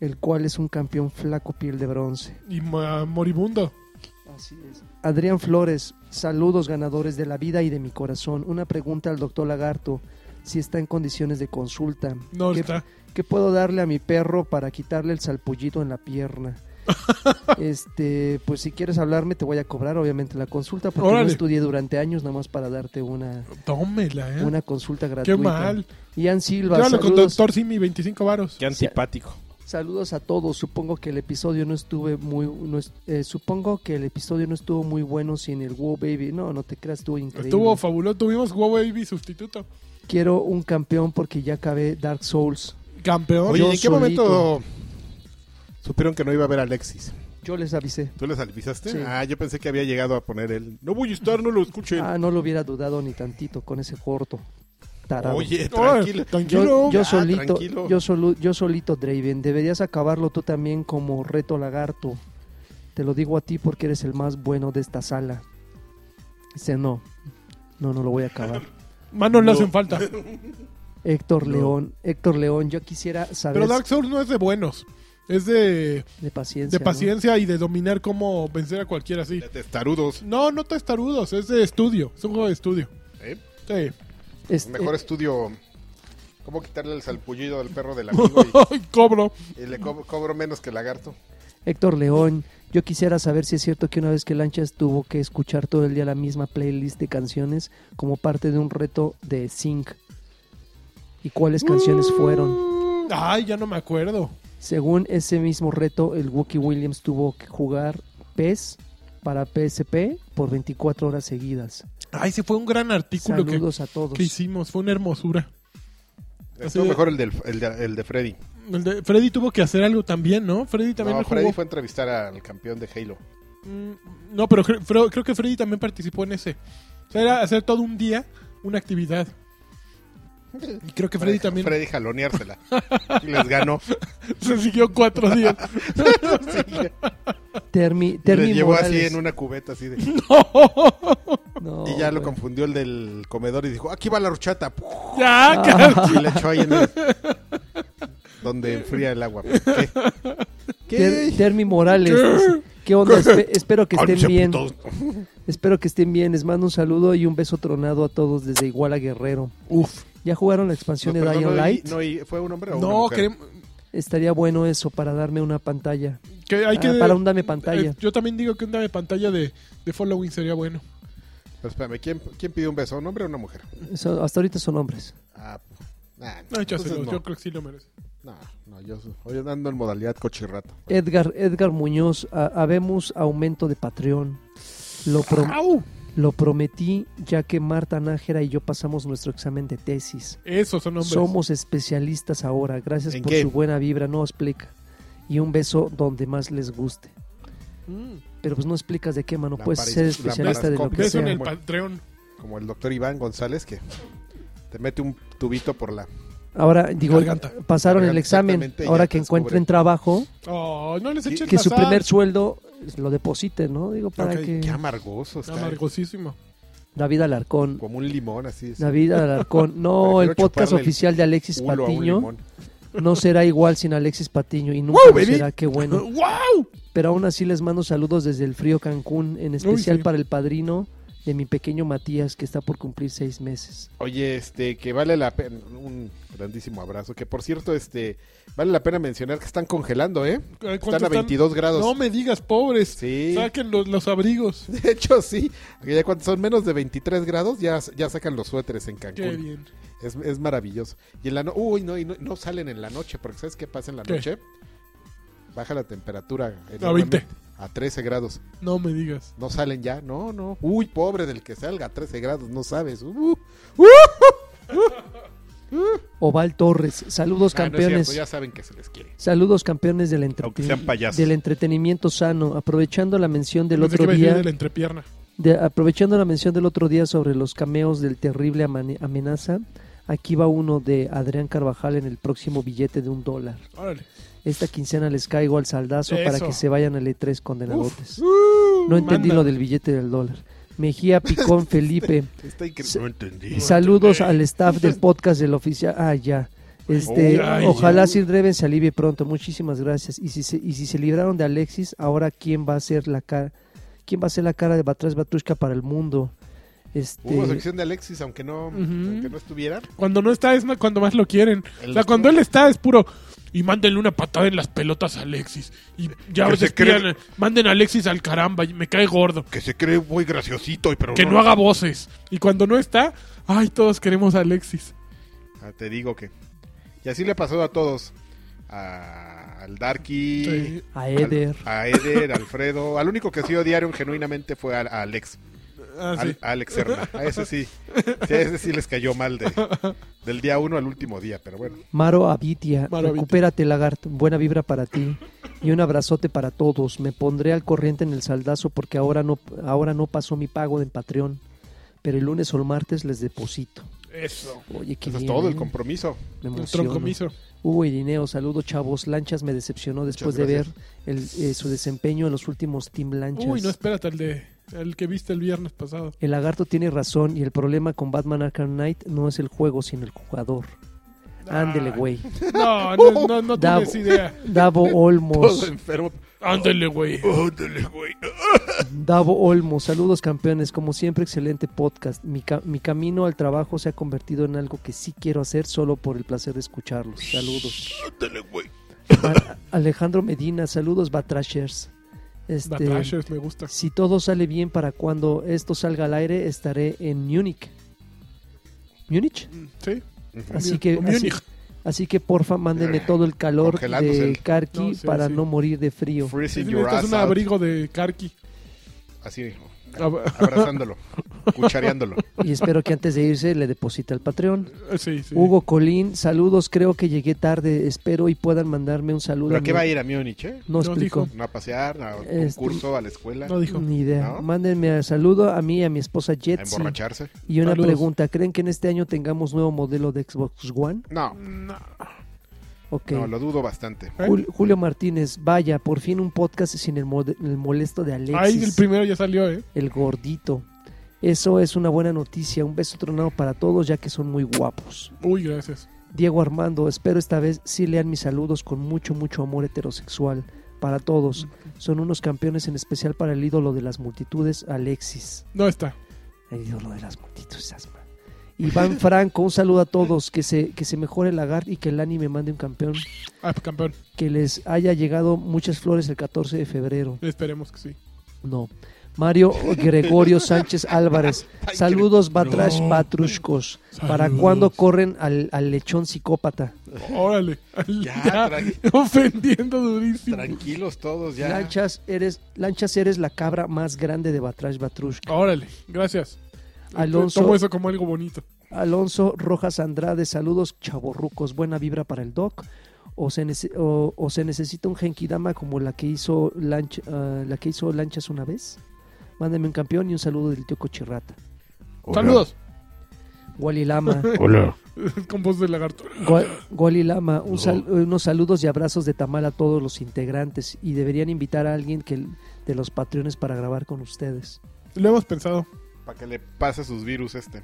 el cual es un campeón flaco piel de bronce. Y ma- moribundo. Así es. Adrián Flores, saludos ganadores de la vida y de mi corazón. Una pregunta al doctor Lagarto, si está en condiciones de consulta. No ¿Qué- está. ¿Qué puedo darle a mi perro para quitarle el salpullito en la pierna? Este, pues si quieres hablarme, te voy a cobrar, obviamente, la consulta, porque Órale. yo estudié durante años nada más para darte una, Tómela, ¿eh? una consulta gratuita. Qué mal. Ian Silva, Llévalo con saludos, Doctor Simi, 25 varos. Qué antipático. saludos a todos. Supongo que el episodio no estuve muy, no es- eh, supongo que el episodio no estuvo muy bueno sin el Wow Baby. No, no te creas, estuvo increíble. Estuvo fabuloso. Tuvimos Huawei Baby sustituto. Quiero un campeón porque ya acabé Dark Souls. Campeón. Oye, Yo ¿y ¿en qué solito. momento supieron que no iba a ver a Alexis? Yo les avisé. ¿Tú les avisaste? Sí. Ah, yo pensé que había llegado a poner él. No voy a estar, no lo escuchen. Ah, no lo hubiera dudado ni tantito con ese corto. Tarado. Oye, Órale, tranquilo. tranquilo. Yo, yo Ah, solito, tranquilo. yo solo, yo solito, Draven. Deberías acabarlo tú también como reto lagarto. Te lo digo a ti porque eres el más bueno de esta sala. Dice, no, no, no lo voy a acabar. Manos le hacen falta. Héctor León, Héctor León, yo quisiera saber Pero Dark Souls no es de buenos. Es de, de paciencia. de ¿no? paciencia y de dominar cómo vencer a cualquiera así. De testarudos. No, no testarudos. Es de estudio. Es un juego de estudio. ¿eh? Sí. Este, Mejor estudio. ¿Cómo quitarle el salpullido al perro del amigo Ay, cobro. y, y le co- cobro menos que el lagarto? Héctor León, yo quisiera saber si es cierto que una vez que Lanchas tuvo que escuchar todo el día la misma playlist de canciones como parte de un reto de Sync. ¿Y cuáles Mm, canciones fueron? Ay, ya no me acuerdo. Según ese mismo reto, el Wookie Williams tuvo que jugar PES para PSP por 24 horas seguidas. Ay, sí, fue un gran artículo que, Saludos a todos. que hicimos. Fue una hermosura. Así Estuvo de- mejor el, del, el, de, el de Freddy. El de- Freddy tuvo que hacer algo también, ¿no? Freddy también No, no jugó. Freddy fue a entrevistar al campeón de Halo. Mm, No, pero cre- creo, creo que Freddy también participó en ese. O sea, era hacer todo un día una actividad. Y creo que Freddy también Freddy jaloneársela. Y les ganó. se siguió cuatro días. Termi, Y Termi les llevó así Morales. en una cubeta así de... No, Y ya lo güey. confundió el del comedor y dijo, aquí va la horchata. Ah. ya, ca- Y le echó ahí en el... Donde enfría el agua. ¿Qué? Ter- Termi Morales. dice, ¿Qué onda? Espe- espero que estén Concha, bien. putos. Espero que estén bien. Les mando un saludo y un beso tronado a todos desde Iguala Guerrero. Uf. ¿Ya jugaron la expansión No, de perdón, Dying no, Light? no, y- ¿Fue un hombre o una No, mujer? queremos- Estaría bueno eso para darme una pantalla. que hay Ah, que... para un dame pantalla. eh, yo también digo que un dame pantalla de, de following sería bueno. Pero espérame, ¿quién, ¿quién pidió un beso? ¿Un hombre o una mujer? Eso- hasta ahorita son hombres. Ah, nah, No, échaselo, entonces no. yo creo que sí lo merece. No, no, yo so- hoy ando en modalidad cochirrato. Edgar, Edgar Muñoz, a- habemos aumento de Patreon. Lo, pro- ¡Au! lo prometí ya que Marta Nájera y yo pasamos nuestro examen de tesis. Esos son hombres. Somos especialistas ahora. Gracias ¿En por qué? su buena vibra. No explica. Y un beso donde más les guste. Mm. Pero pues no explicas de qué, mano. La Puedes paris- ser la especialista de lo que parascopia. Beso en sea. el Patreon. Como el doctor Iván González que te mete un tubito por la... Ahora, digo, Garganta. pasaron el Garganta, examen. exactamente, Ahora ya que te descubre. encuentren trabajo, Oh, no les Que- echen que su la sal. primer sueldo lo depositen, ¿no? Digo, para Ok, que... Qué amargoso está. Amargosísimo. David Alarcón. Como un limón así. es. David Alarcón. No, Prefiero el podcast chuparle el oficial de Alexis Culo a un Patiño limón. no será igual sin Alexis Patiño y nunca ¡Wow, lo baby! será, qué bueno. ¡Wow! Pero aún así les mando saludos desde el frío Cancún, en especial sí. para el padrino de mi pequeño Matías que está por cumplir seis meses. Oye, este, que vale la pena, un grandísimo abrazo, que por cierto, este, vale la pena mencionar que están congelando, ¿eh? ¿Cuánto Están a están? 22 grados. No me digas, pobres. Sí. Saquen los, los abrigos. De hecho, sí, ya cuando son menos de 23 grados, ya, ya sacan los suéteres en Qué Cancún. bien. Es, es maravilloso. Y en la no- uy, no, y no, no salen en la noche, porque ¿sabes qué pasa en la ¿Qué? noche? Baja la temperatura. A 20. enormemente, A 13 grados. No me digas. No salen ya, no, no. Uy, pobre del que salga a 13 grados, no sabes. Uh, Oval Torres, saludos Ah, no es campeones. cierto, ya saben que se les quiere. Saludos campeones del, entreten- Aunque sean payasos. del entretenimiento sano, aprovechando la mención del Pensé otro que iba a decir día, de la entrepierna. de- aprovechando la mención del otro día sobre los cameos del terrible amane- amenaza, aquí va uno de Adrián Carvajal en el próximo billete de un dólar. Órale. Esta quincena les caigo al saldazo para Eso. que se vayan al E3 condenadotes. Uh, no entendí manda. lo del billete del dólar. Mejía Picón Felipe. Está Se- increíble. No entendí. Saludos al staff del podcast del oficial. Ah, ya. Este, Uy, ay, ojalá ya. Sir Dreven se alivie pronto. Muchísimas gracias. Y si se, y si se libraron de Alexis, ahora quién va a ser la cara, quién va a ser la cara de Batrás Batrushka para el mundo. Este, Hubo sección de Alexis, aunque no, Ujú. aunque no estuviera. Cuando no está es no- cuando más lo quieren. El o sea, doctor- cuando él está es puro. y mándenle una patada en las pelotas a Alexis. Y ya Que se despídanle, cree- manden a Alexis al caramba, y me cae gordo. Que se cree muy graciosito, pero Que no haga voces. Y cuando no está, ay, todos queremos a Alexis. Ah, te digo que. Y así le pasó a todos. A- al Darky. Sí. A Eder. Al, a Eder, Alfredo. Al único que sí odiaron genuinamente fue a, a Alex. Ah, sí. Al- a Alex Serna. A ese sí. Sí, A ese sí les cayó mal de, del día uno al último día, pero bueno. Maro Abitia, Maro Abitia. recupérate, lagarto. Buena vibra para ti. Y un abrazote para todos. Me pondré al corriente en el saldazo porque ahora no, ahora no pasó mi pago en Patreon. Pero el lunes o el martes les deposito. Eso. Oye, qué Eso es bien, todo, ¿eh? el compromiso. Me El emociono. troncomiso. Hugo Irineo, saludos chavos. Lanchas me decepcionó después de Muchas ver el, eh, su desempeño en los últimos Team Lanchas. Uy, no, espérate, al de. Al que viste el viernes pasado. El lagarto tiene razón y el problema con Batman Arkham Knight no es el juego, sino el jugador. Ándele, güey. No, no, no, no Davo. tienes idea. Davo Todo Pues, Olmos. enfermo. Ándele, güey. Ándale, güey. Davo Olmos. Saludos, campeones. Como siempre, excelente podcast. Mi, ca- mi camino al trabajo se ha convertido en algo que sí quiero hacer solo por el placer de escucharlos. Saludos. Ándale, güey. A- Alejandro Medina. Saludos, Batrashers. Este, Batrashers me gusta. Si todo sale bien para cuando esto salga al aire, estaré en Múnich. ¿Múnich? Sí. Así Múnich. que, O así, Múnich. así que porfa, mándenme todo el calor Eh, Congelándose de el- Karki No, sí, para sí. no morir de frío. Sí, Freezing your necesitas ass un out. abrigo de Karki. Ah, Así, Ab- abrazándolo, cuchareándolo. Y espero que antes de irse le deposite al Patreon. Sí, sí. Hugo Colín, saludos. Creo que llegué tarde. Espero y puedan mandarme un saludo. ¿Pero a qué mi- va a ir a Múnich, eh? No No explico. ¿No a pasear? ¿A un Este- curso? ¿A la escuela? No dijo. Ni idea. ¿No? Mándenme a saludo a mí y a mi esposa ¿A Jetsi. emborracharse? Y una Saludos. pregunta: ¿creen que en este año tengamos nuevo modelo de Xbox One? No, No. Ok. no, lo dudo bastante. ¿Eh? Jul- Julio Martínez, vaya, por fin un podcast sin el, mo- el molesto de Alexis, Ahí el primero ya salió, ¿eh? el gordito. Eso es una buena noticia, un beso tronado para todos ya que son muy guapos. Uy, gracias. Diego Armando, espero esta vez sí lean mis saludos con mucho, mucho amor heterosexual para todos. Son unos campeones en especial para el ídolo de las multitudes, Alexis. No está. El ídolo de las multitudes, asma. Iván Franco, un saludo a todos, que se, que se mejore el lagar y que el anime mande un campeón. Ah, campeón. que les haya llegado muchas flores el 14 de febrero. Esperemos que sí. No. Mario Gregorio Sánchez Álvarez. Saludos, Batrash No. Patrushcos. ¿Para Saludos. cuándo corren al, al lechón psicópata? Órale. Al- Ya, ya, tranqui- ofendiendo durísimo. Tranquilos todos ya. Lanchas eres, Lanchas, eres la cabra más grande de Batrash Batrushka. Órale. Gracias. Alonso. Tomo eso como algo bonito. Alonso Rojas Andrade. Saludos, chavorrucos. Buena vibra para el doc. O se, nece- o, o se necesita un Genkidama como la que hizo Lanch- ah, la que hizo Lanchas una vez. Mándame un campeón y un saludo del tío Cochirrata. Saludos. Wally Lama. Con voz de lagarto. Gua- Goli Lama, un sal- unos saludos y abrazos de Tamal a todos los integrantes y deberían invitar a alguien que l- de los patrones para grabar con ustedes. Lo hemos pensado. Para que le pase sus virus este.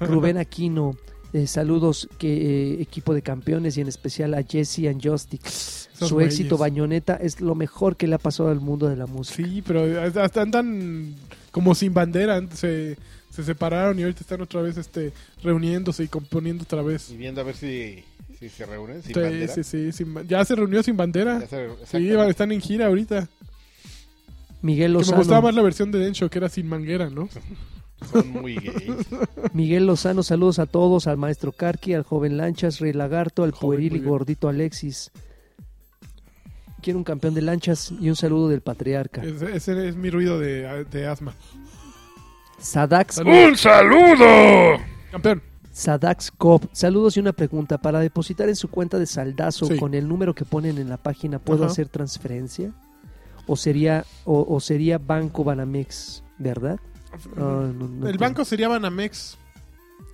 Rubén Aquino, eh, saludos que eh, equipo de campeones y en especial a Jesse and Justix. Esos Su güeyes. éxito Bañoneta es lo mejor que le ha pasado al mundo de la música. Sí, pero hasta hasta andan como sin bandera. Se, se separaron y ahorita están otra vez este, reuniéndose y componiendo otra vez. Y viendo a ver si, si se reúnen sin Sí, bandera. sí, sí, sin ba- ya se reunió sin bandera. Ya se- Sí, exacto. están en gira ahorita. Miguel Que me gustaba Lozano, más la versión de Dencho, que era sin manguera, ¿no? Son muy gays. Miguel Lozano, saludos a todos, al maestro Karki, al joven Lanchas, Rey Lagarto, al Joven, pueril muy y bien. gordito Alexis. Quiero un campeón de lanchas y un saludo del patriarca. Ese, ese es mi ruido de, de asma. Sadax, Saludos. saludo! Campeón. Sadax Cop. Saludos y una pregunta. Para depositar en su cuenta de saldazo Sí. con el número que ponen en la página, ¿puedo Ajá. hacer transferencia? ¿O sería, o, o sería Banco Banamex, verdad? Ah, no- El no entiendo. banco sería Banamex.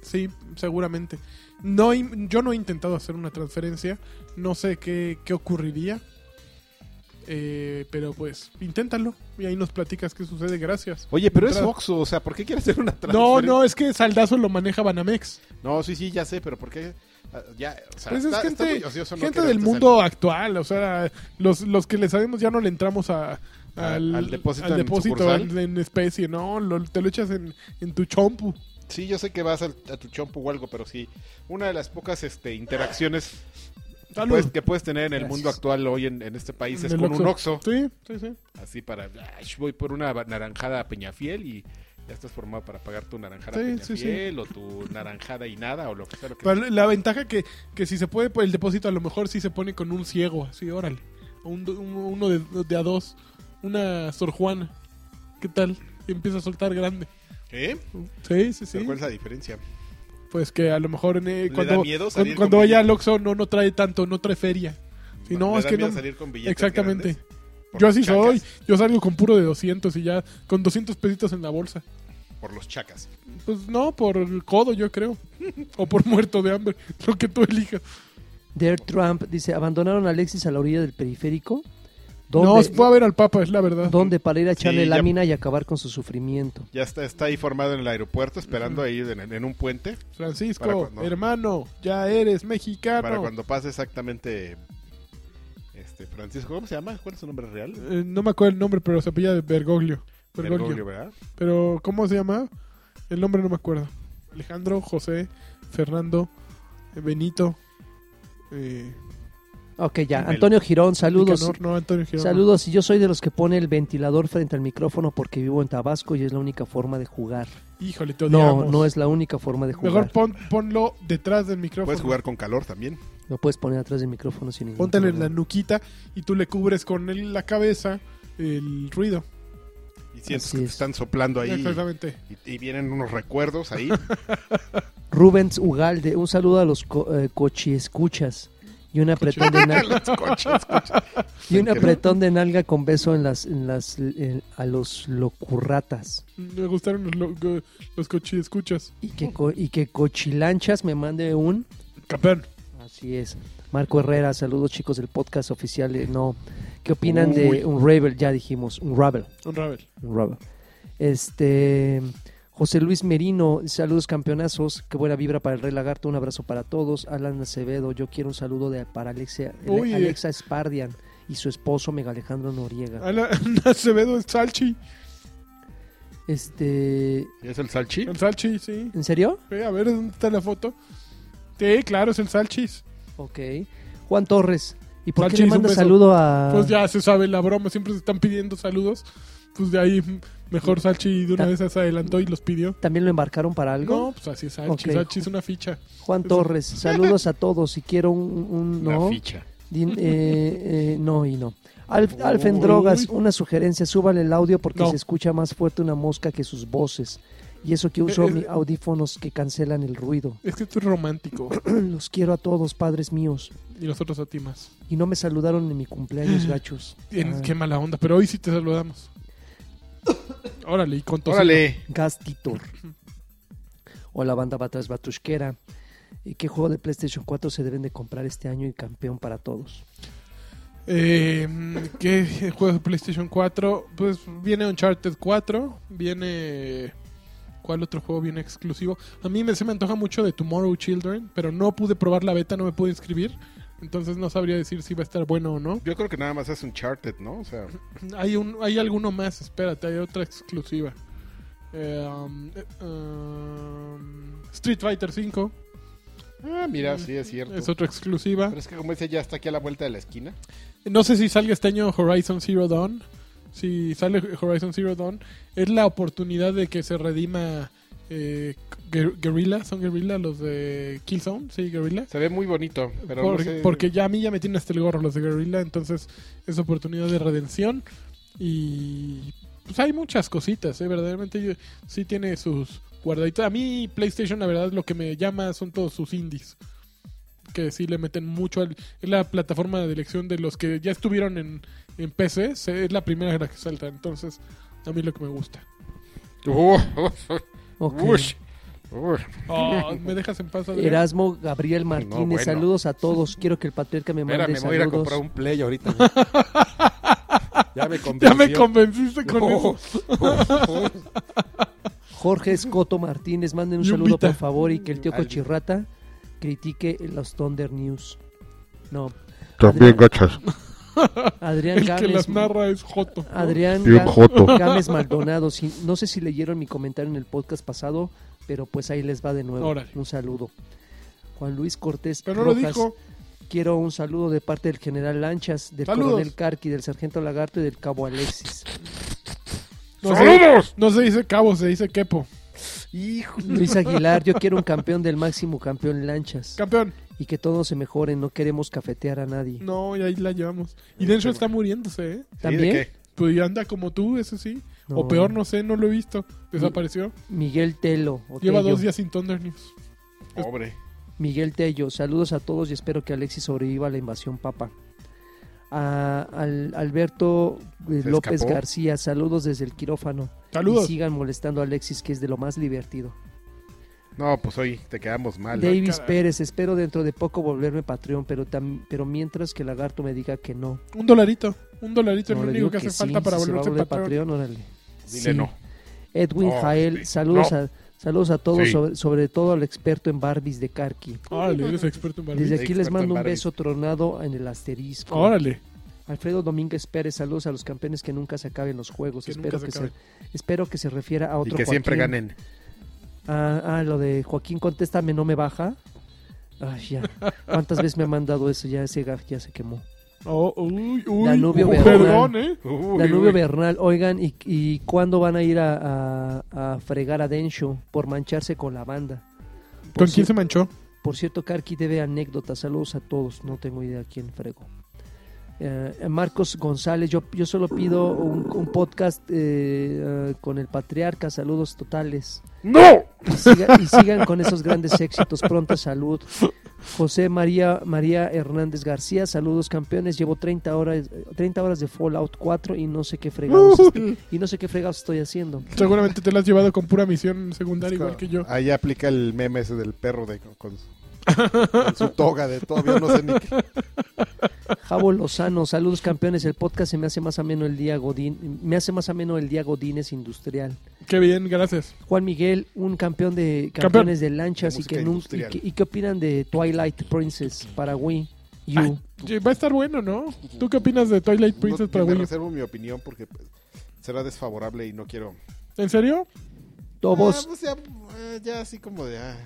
Sí, seguramente. No, he- yo no he intentado hacer una transferencia. No sé qué, qué ocurriría. Eh, pero pues, inténtalo. Y ahí nos platicas qué sucede. Gracias. Oye, pero es Entrada. Oxxo, o sea, ¿por qué quiere hacer una No, transferencia? no, es que Saldazo lo maneja Banamex. No, sí, sí, ya sé, pero ¿por qué? Ah, Ya, o sea, Pues es está- está gente, muy ocioso no gente querer del hacer- mundo actual, o sea, los, los que le sabemos ya no le entramos a, A- al, al depósito al en depósito sucursal. al- en especie, no, lo- te lo echas en, en tu chompu. Pues, Sí, yo sé que vas al- a tu chompo o algo, pero sí, una de las pocas este, interacciones Salud. puedes, que puedes tener en el Gracias. mundo actual hoy en, en este país es En el con un oxo. Sí, sí, sí. Así para, "Ay, voy por una ba- naranjada a Peñafiel y ya estás formado para pagar tu naranjada a Sí, sí, Peñafiel sí. o tu naranjada y nada o lo que sea. Lo que Pero la ventaja que, que si se puede, pues, el depósito a lo mejor sí se pone con un ciego, así, órale. O un do- un- uno de, de a dos. Una Sor Juana. ¿Qué tal? Y empieza a soltar grande. ¿Eh? Sí, sí, sí. ¿Pero ¿Cuál es la diferencia? Pues que a lo mejor en, eh, da cuando, miedo cuan- salir cuando, con vaya billete? al Oxxo no, no trae tanto, no trae feria. Si no, ¿Le es da que miedo no... salir con billetes Exactamente. grandes? Por Yo los así chacas, soy. Yo salgo con puro de 200 y ya con 200 pesitos en la bolsa. Por los chacas. Pues no, por el codo yo creo. o por muerto de hambre, lo que tú elijas. Dare Trump dice, abandonaron a Alexis a la orilla del periférico. No, ¿Dónde, se fue a ver al Papa, es la verdad. dónde para ir a echarle Sí, ya- lámina y acabar con su sufrimiento? Ya está, está ahí formado en el aeropuerto, esperando ahí en, en un puente Para Francisco, cuando- hermano, ya eres mexicano. para cuando pase exactamente este Francisco, ¿cómo se llama? ¿Cuál es su nombre real? Eh, no me acuerdo el nombre, pero se apellida de Bergoglio. Bergoglio. Bergoglio, ¿verdad? Pero, ¿cómo se llama? El nombre no me acuerdo. Alejandro, José, Fernando, eh, Benito. Eh, Ok, ya. Dímelo. Antonio Girón, saludos. Nicanor, no, Antonio Girón. Saludos, yo soy de los que pone el ventilador frente al micrófono porque vivo en Tabasco y es la única forma de jugar. Híjole, te No, odiamos. no es la única forma de jugar. Mejor pon- ponlo detrás del micrófono. Puedes jugar con calor también. Lo puedes poner atrás del micrófono sin ningún Póntale en la problema. nuquita y tú le cubres con el- la cabeza el ruido. Y sientes Así que te es. están soplando ahí Exactamente. y, y vienen unos recuerdos ahí. Rubens Ugalde, un saludo a los co eh, cochiescuchas y un apretón de nalga. y un apretón de nalga con beso en las, en las en- a los locurratas. Me gustaron los, lo- los cochi escuchas. Y que, co- y que cochilanchas me mande un. Campeón. Así es. Marco Herrera, saludos chicos del podcast oficial. de no, ¿qué opinan Uy. de un Ravel? Ya dijimos, un Ravel. Un Ravel. Rubber. Este José Luis Merino, saludos campeonazos, qué buena vibra para el Rey Lagarto, un abrazo para todos. Alan Acevedo, yo quiero un saludo de, para Alexia, Uy, Alexa Spardian y su esposo Mega Alejandro Noriega. Ala- Ah, Acevedo es Salchi. Este, ¿Es el salchi? El Salchi, sí. ¿en serio? Ve, a ver, ¿dónde está la foto? Sí, claro, es el Salchis. Ok. Juan Torres, ¿y por qué Salchis, le un manda beso. saludo a Pues ya se sabe la broma, siempre se están pidiendo saludos. Pues de ahí, m- mejor Salchi de una Ta- vez se adelantó y los pidió. también lo embarcaron para Ah. algo? No, pues así es Salchi. Ok. Salchi es una ficha. Juan Torres, saludos a todos y quiero un, un- Una no, ficha. Din- eh, eh, no y no. Alf, Alf en Uy. drogas, una sugerencia, súbale el audio porque No. se escucha más fuerte una mosca que sus voces. Y eso que uso Eh, eh, mis audífonos que cancelan el ruido. Es que esto es romántico. Los quiero a todos, padres míos. y los otros a ti más. Y no me saludaron en mi cumpleaños, gachos. Tienes- Ah, Qué mala onda, pero hoy sí te saludamos. Órale, y con todo. Órale. Gastitor. O la banda Batas Batushquera. ¿Y qué juego de PlayStation 4 se deben de comprar este año y campeón para todos? Eh, ¿Qué juego de PlayStation 4? Pues viene Uncharted 4. Viene. ¿Cuál otro juego viene exclusivo? A mí me, se me antoja mucho de Tomorrow Children, pero no pude probar la beta, no me pude inscribir. Entonces no sabría decir si va a estar bueno o no. Yo creo que nada más es un charted, ¿no? O sea, Hay, un, hay alguno más, espérate, hay otra exclusiva. Eh, um, eh, um, Street Fighter 5 ah, mira, sí es cierto. es otra exclusiva. Pero es que como ese ya está aquí a la vuelta de la esquina. No sé si salga este año Horizon Zero Dawn. Si sale Horizon Zero Dawn, es la oportunidad de que se redima eh, Guer- Guerrilla. ¿Son Guerrilla los de Killzone? Sí, Guerrilla. Se ve muy bonito, pero no Por- sé- Porque ya a mí ya me tienen hasta el gorro los de Guerrilla, entonces es oportunidad de redención. Y pues hay muchas cositas, ¿eh? verdaderamente yo- sí tiene sus guardaditos. A mí PlayStation la verdad lo que me llama son todos sus indies. Que sí le meten mucho al... Es la plataforma de elección de los que ya estuvieron en, en PC. se- Es la primera la que salta. Entonces, a mí lo que me gusta. Uh, uh, Ok. ush, uh. Oh, ¿Me dejas en paz, Adrián? Erasmo Gabriel Martínez, bueno. saludos a todos. Quiero que el patriarca me mande Espérame, me voy a ir a saludos. comprar un play ahorita. güey. ya me convenció. Ya me convenciste con eso. Jorge Escoto Martínez, manden un Yumpita. saludo por favor y que el tío Alvin. Cochirrata critique los Thunder News. No. También Adrián, gachas. Adrián El que Gámez. las narra es Joto. ¿no? Adrián Bien Gá- joto. Gámez Maldonado. si- no sé si leyeron mi comentario en el podcast pasado, pero pues ahí les va de nuevo. Órale. Un saludo. Juan Luis Cortés. Pero no lo Rojas, dijo. quiero un saludo de parte del general Lanchas, del Saludos. coronel Carqui, del sargento Lagarto y del cabo Alexis. No se, no se dice cabo, se dice quepo. Hijo. Luis Aguilar, yo quiero un campeón del máximo campeón Lanchas. Campeón. Y que todo se mejore, no queremos cafetear a nadie. No, y ahí la llevamos. Este Y Densho está muriéndose, ¿eh? También Pues ya anda como tú, eso sí. O No. peor, no sé, no lo he visto. Desapareció. Miguel Telo. o Lleva Tello. dos días sin Thunder News. Pobre. Miguel Tello, saludos a todos y espero que Alexis sobreviva a la invasión papa. A, al- Alberto eh, Se López escapó. García, saludos desde el quirófano. Y Saludos. sigan molestando a Alexis, que es de lo más divertido. No, pues hoy te quedamos mal. Davis caray. Pérez, espero dentro de poco volverme Patreon, pero, tam- pero mientras que Lagarto me diga que no. Un dolarito. Un dolarito es No, le lo digo único que hace sí, falta para si se va a volverse volver patrón. Patreon, órale. Dile Sí. no. Edwin No, Jael, sí, saludos, no. a, saludos a todos, Sí. sobre, sobre todo al experto en Barbies de Karki. Órale, eres experto en Barbie. Desde aquí les Experto mando en un Barbies. beso tronado en el asterisco. Órale. Alfredo Domínguez Pérez, saludos a los campeones que nunca se acaben los juegos. Que espero, nunca se que se, espero que se refiera a Y otro que siempre Joaquín. ganen. Ah, ah, lo de Joaquín, contéstame, no me baja. Ay, ya. ¿Cuántas veces me ha mandado eso? Ya ese gaf ya se quemó. Oh, uy, uy. Danubio uy, Bernal. perdón, ¿eh? Uy, Danubio uy. Bernal, oigan, ¿y, y cuándo van a ir a, a- a fregar a Densho por mancharse con la banda? ¿Con Por quién cier- se manchó? Por cierto, Karki debe anécdotas. Saludos a todos. No tengo idea quién fregó. Eh, Marcos González, yo, yo solo pido un, un podcast eh, eh, con el patriarca. Saludos totales. ¡No! Y, siga- y sigan con esos grandes éxitos. Pronta salud. José María, María Hernández García, saludos campeones. Llevo 30 horas, 30 horas de Fallout 4 y no sé qué fregados, Uy. y no sé qué fregados estoy haciendo. Seguramente te la has llevado con pura misión secundaria, igual que yo. Ahí aplica el meme ese del perro de, con, con su, con su toga de todavía no sé ni qué. Javo Lozano, saludos campeones. El podcast se me hace más ameno el día Godín, me hace más ameno el día Godínez industrial. Qué bien, gracias. Juan Miguel, un campeón de Campeón. campeones de lanchas De y que música nun- y industrial. que- y qué opinan de Twilight Princess para Wii U. Ah, Va a estar bueno, ¿no? ¿Tú qué opinas de Twilight Princess No, para me Wii U? reservo mi opinión porque pues, será desfavorable y no quiero. ¿En serio? Tobos, Ah, pues ya, eh, ya así como de. ah,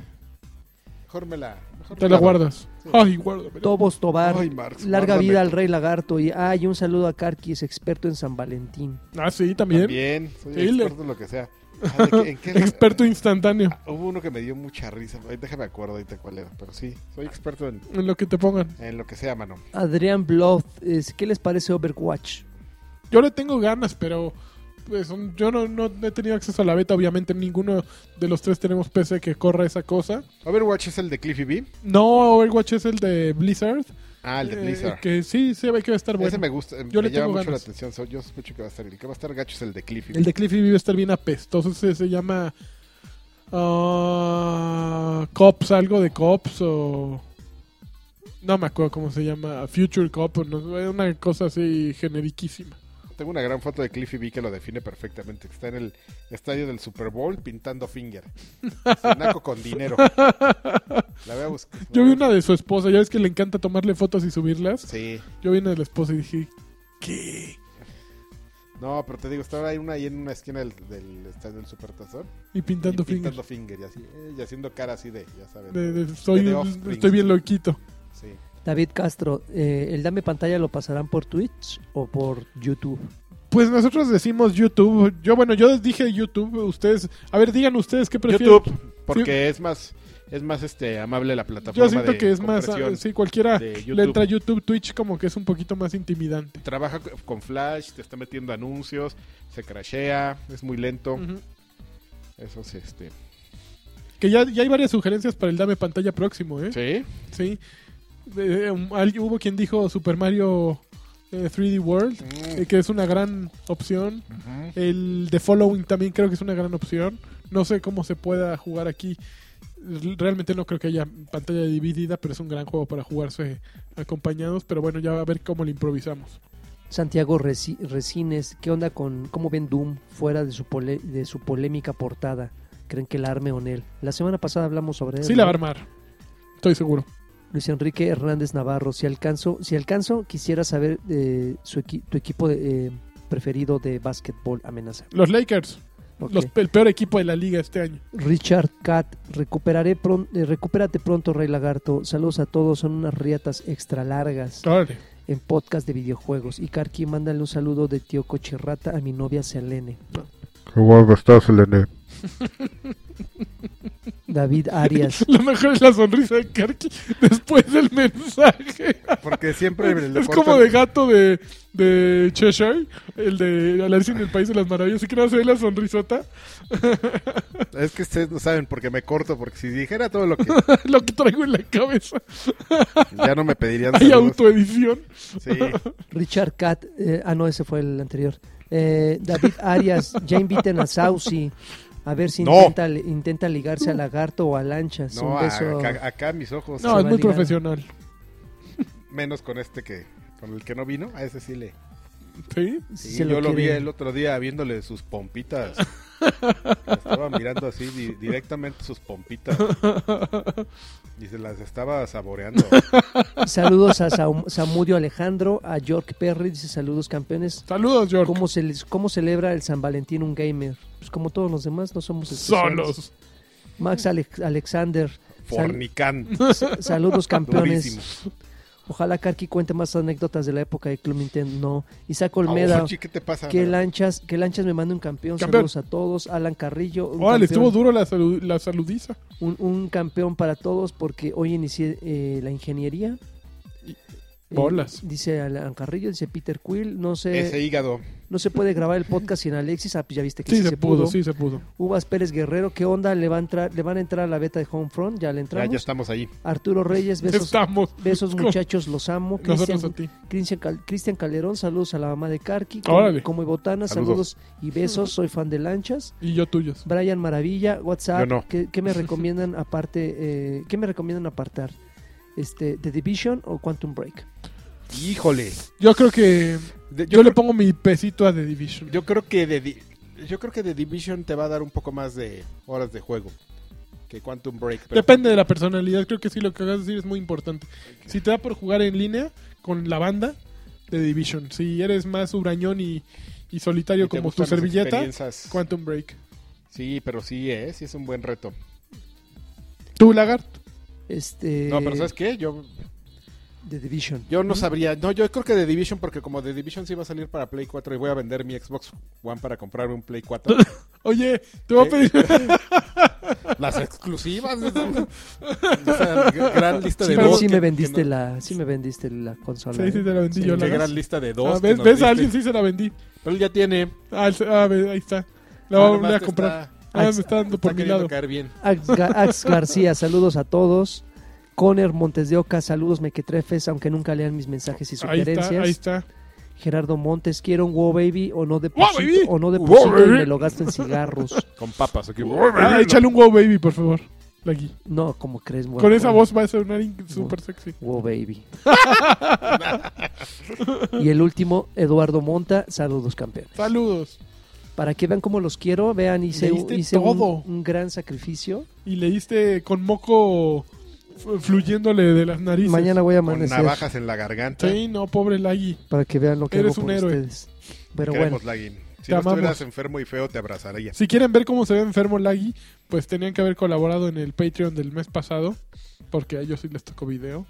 mejor me la. mejor Te me la guardas. Sí. Ay, guárdamela. Tobos Tobar, Ay, Marx, larga guárdame. vida al Rey Lagarto y ay, un saludo a Carquis, experto en San Valentín. Ah, sí, también. También, soy Sí, le- experto en lo que sea. Ah, ¿de qué- en qué- Experto instantáneo Ah, Hubo uno que me dio mucha risa. Ay, Déjame acuerdo ahorita cuál era. Pero sí, soy experto en, en lo que te pongan. en lo que sea, mano. Adrián Bloth, es- ¿qué les parece Overwatch? Yo le tengo ganas, pero pues, un- yo no, no he tenido acceso a la beta, obviamente. Ninguno de los tres tenemos PC que corra esa cosa. Overwatch es el de Cliffy B. No, Overwatch es el de Blizzard. Ah, el de Eh, Blizzard. que sí, se ve que va a estar Ese bueno. me gusta, yo me le llama tengo mucho la ganas. atención. so- Yo sospecho que va a estar el que va a estar gacho es el de Cliffy. El de Cliffy B va a estar bien apestoso. Se, se llama ah, Cops, algo de Cops o... No me acuerdo cómo se llama. Future Cop. o no, es una cosa así generiquísima. Tengo una gran foto de Cliffy B que lo define perfectamente. que Está en el estadio del Super Bowl pintando finger. Es un naco con dinero. La voy a buscar. Yo vi una de su esposa. Ya ves que le encanta tomarle fotos y subirlas. Sí. Yo vi una de la esposa y dije... ¿Qué? No, pero te digo, estaba ahí una ahí en una esquina del, del estadio del Super Tazón. Y pintando y fingers. pintando finger. y, así, eh, y haciendo cara así de, ya sabes. De- de- soy de un- Offspring. estoy bien loquito. Sí. David Castro, eh, el dame pantalla lo pasarán por Twitch o por YouTube. Pues nosotros decimos YouTube. Yo, bueno, yo les dije YouTube. Ustedes, a ver, digan ustedes qué prefieren. YouTube, porque es más es más este amable la plataforma. Yo siento de que es más, ah, compresión. sí, cualquiera de le YouTube. entra a YouTube, Twitch como que es un poquito más intimidante. Trabaja co- con Flash, te está metiendo anuncios, se crashea, es muy lento. Ujú. Eso sí, este. Que ya, ya hay varias sugerencias para el dame pantalla próximo, ¿eh? Sí. Sí. Eh, um, al- hubo quien dijo Super Mario eh, 3D World, eh, que es una gran opción. Mm. El de Following también creo que es una gran opción. No sé cómo se pueda jugar aquí. R- Realmente no creo que haya pantalla dividida, pero es un gran juego para jugarse acompañados. Pero bueno, ya a ver cómo lo improvisamos. Santiago Reci- Resines, ¿qué onda con cómo ven Doom fuera de su, pole- de su polémica portada? ¿Creen que la arme o él? La semana pasada hablamos sobre él, Sí la va a ¿no? armar. Estoy seguro. Luis Enrique Hernández Navarro, si alcanzo, si alcanzo quisiera saber eh, su equi- tu equipo de- eh, preferido de básquetbol amenaza. Los Lakers. Ok. Los- el peor equipo de la liga este año. Richard Cat, recuperaré pron- eh, recupérate pronto, Rey Lagarto. Saludos a todos, son unas riatas extra largas Órale. en podcast de videojuegos. Y Karki, mándale un saludo de tío Cochirrata a mi novia Selene. Qué guapo estás, Elene. David Arias. Lo mejor es la sonrisa de Karki después del mensaje. Porque siempre le es cortan- como de gato de, de Cheshire, el de Alicia en el País de las Maravillas. Así que no se ve la sonrisota. Es que ustedes no saben porque me corto, porque si dijera todo lo que lo que traigo en la cabeza. ya no me pedirían Hay saludos. autoedición. Sí. Richard Cat, eh, ah no, ese fue el anterior. Eh, David Arias, ya inviten a Saucy a ver si No. intenta, intenta ligarse a Lagarto o a Lanchas. No, Un beso. acá, acá mis ojos. No, va es muy ligado. profesional. Menos con este que con el que no vino, a ese sí le. Sí. si Sí, se yo lo vi quiere. el otro día viéndole sus pompitas. estaba mirando así di- directamente sus pompitas. Y se las estaba saboreando. Saludos a Saum- Samudio Alejandro, a York Perry, dice saludos campeones. Saludos, York. ¿Cómo, se les- ¿Cómo celebra el San Valentín un gamer? Pues como todos los demás, no somos especiales. Solos. Max Alex- Alexander, sal- Fornicando. sa- saludos campeones. Durísimo. Ojalá Karki cuente más anécdotas de la época de Club Nintendo. No. Isaac Olmeda, Ah, Oye, ¿Qué te pasa? que lanchas, que lanchas me manda un campeón. Campeón. Saludos a todos. Alan Carrillo, un, Órale, estuvo campeón, duro la, salu- la saludiza. un, un campeón para todos porque hoy inicié eh, la ingeniería. Eh, Bolas. dice Alan Carrillo, dice Peter Quill, no Ese se, hígado. no se puede grabar el podcast sin Alexis, ah, pues ya viste que Sí, se, pudo, sí se pudo. Uvas Pérez Guerrero, ¿qué onda? ¿Le, va a entrar, ¿Le van a entrar a la beta de Homefront? Ya le Ya, entramos. ya estamos ahí. Arturo Reyes, besos, Estamos besos con- muchachos, los amo. nosotros Cristian- a ti. Cristian Cal- Cristian Calderón, saludos a la mamá de Karki. Órale. Como, como y botana, saludos. Saludos. y besos, soy fan de lanchas. Y yo tuyos. Brian Maravilla, WhatsApp, Yo no. ¿qué, qué me recomiendan aparte? eh, ¿Qué me recomiendan apartar? Este, ¿The Division o Quantum Break? Híjole. Yo creo que. De- Yo, yo, le creo, pongo mi pesito a The Division. yo creo que de Di- yo creo que The Division te va a dar un poco más de horas de juego que Quantum Break. pero- Depende de la personalidad. Creo que sí, lo que acabas de decir es muy importante. Si te da por jugar en línea con la banda de Division. Si eres más urañón y, y y solitario te como tu gustan las servilleta, experiencias. Quantum Break. Sí, pero sí, eh, sí es un buen reto. Tú, Lagarto. Este, No, pero ¿sabes qué? Yo, The Division. yo no sabría. No, yo creo que The Division, porque como The Division sí va a salir para Play 4 y voy a vender mi Xbox One para comprarme un Play 4. Oye, te voy a Eh, pedir. Las exclusivas. ¿no? Esa gran lista Sí, de pero dos. sí que- me vendiste que no- la, sí me vendiste la consola. Sí, sí, ¿eh? te la vendí Sí. yo, Qué Lagarto. gran lista de dos. Ah, que ¿Ves, nos ves? diste. a alguien? Sí se la vendí. Pero él ya tiene. Ah, el- ah, ve, ahí está. La voy a Además, volver a Ah, te comprar. Está, Ah, me está- está dando está por mi queriendo lado. caer bien. Ax, Ga- Ax García, saludos a todos. Conner Montes de Oca, saludos mequetrefes, aunque nunca lean mis mensajes y Ahí sugerencias. está, ahí está. Gerardo Montes, quiero un wow baby o no deposito, baby! o no Wow, deposito y baby. me lo gasto en cigarros. Con papas. aquí. Ah, échale un wow, baby, por favor. Lagui. No, como crees, bueno, Con esa bueno, voz va a sonar in- súper sexy. Wow baby. y el último, Eduardo Monta, saludos campeón. Saludos. Para que vean cómo los quiero, vean, hice, Leíste hice un- todo. un gran sacrificio. Y leíste con moco f- fluyéndole de las narices. Mañana voy a Con amanecer navajas en la garganta. Sí, no, pobre Lagui. para que vean lo que Eres hago un por héroe. ustedes. Pero bueno, Queremos, Lagui. Si Te no amamos. estuvieras enfermo y feo, te abrazaría. Si quieren ver cómo se ve enfermo Lagui, pues tenían que haber colaborado en el Patreon del mes pasado, porque a ellos sí les tocó video.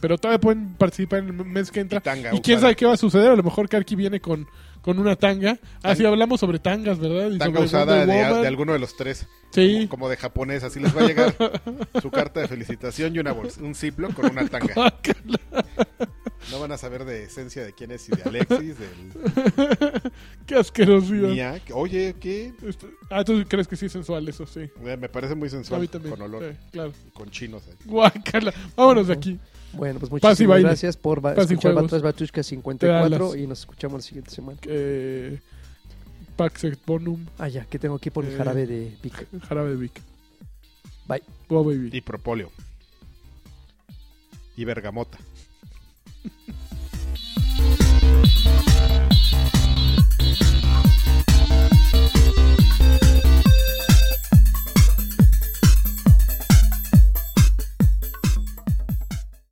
Pero todavía pueden participar en el mes que entra. tanga Y quién usada. sabe qué va a suceder. A lo mejor Karki viene con, con una tanga. Ah, sí, hablamos sobre tangas, ¿verdad? Y Tanga sobre usada Wonder de, Woman. de alguno de los tres. Sí. Como de japonés, así les va a llegar su carta de felicitación y una bolsa, un ciplo con una tanga. Ah, No van a saber de esencia de quién es y de Alexis, del qué asquerosidad. Mia. que- Oye, ¿qué? Esto- Ah, tú crees que sí es sensual, eso sí. Eh, Me parece muy A mí sensual. también. Con olor, Sí, claro. y con chinos. ahí. Guácala. Vámonos de aquí. bueno, pues Paz y muchísimas baile. gracias por ba- Paz y escuchar juegos. Batas Batushka Te 54 alas. y nos escuchamos la siguiente semana. Eh, Pax Ex Bonum, Ah, ya, que tengo aquí por mi Eh. jarabe de pica. Jarabe de Vic. Bye. Wow, baby. Y propóleo. Y bergamota.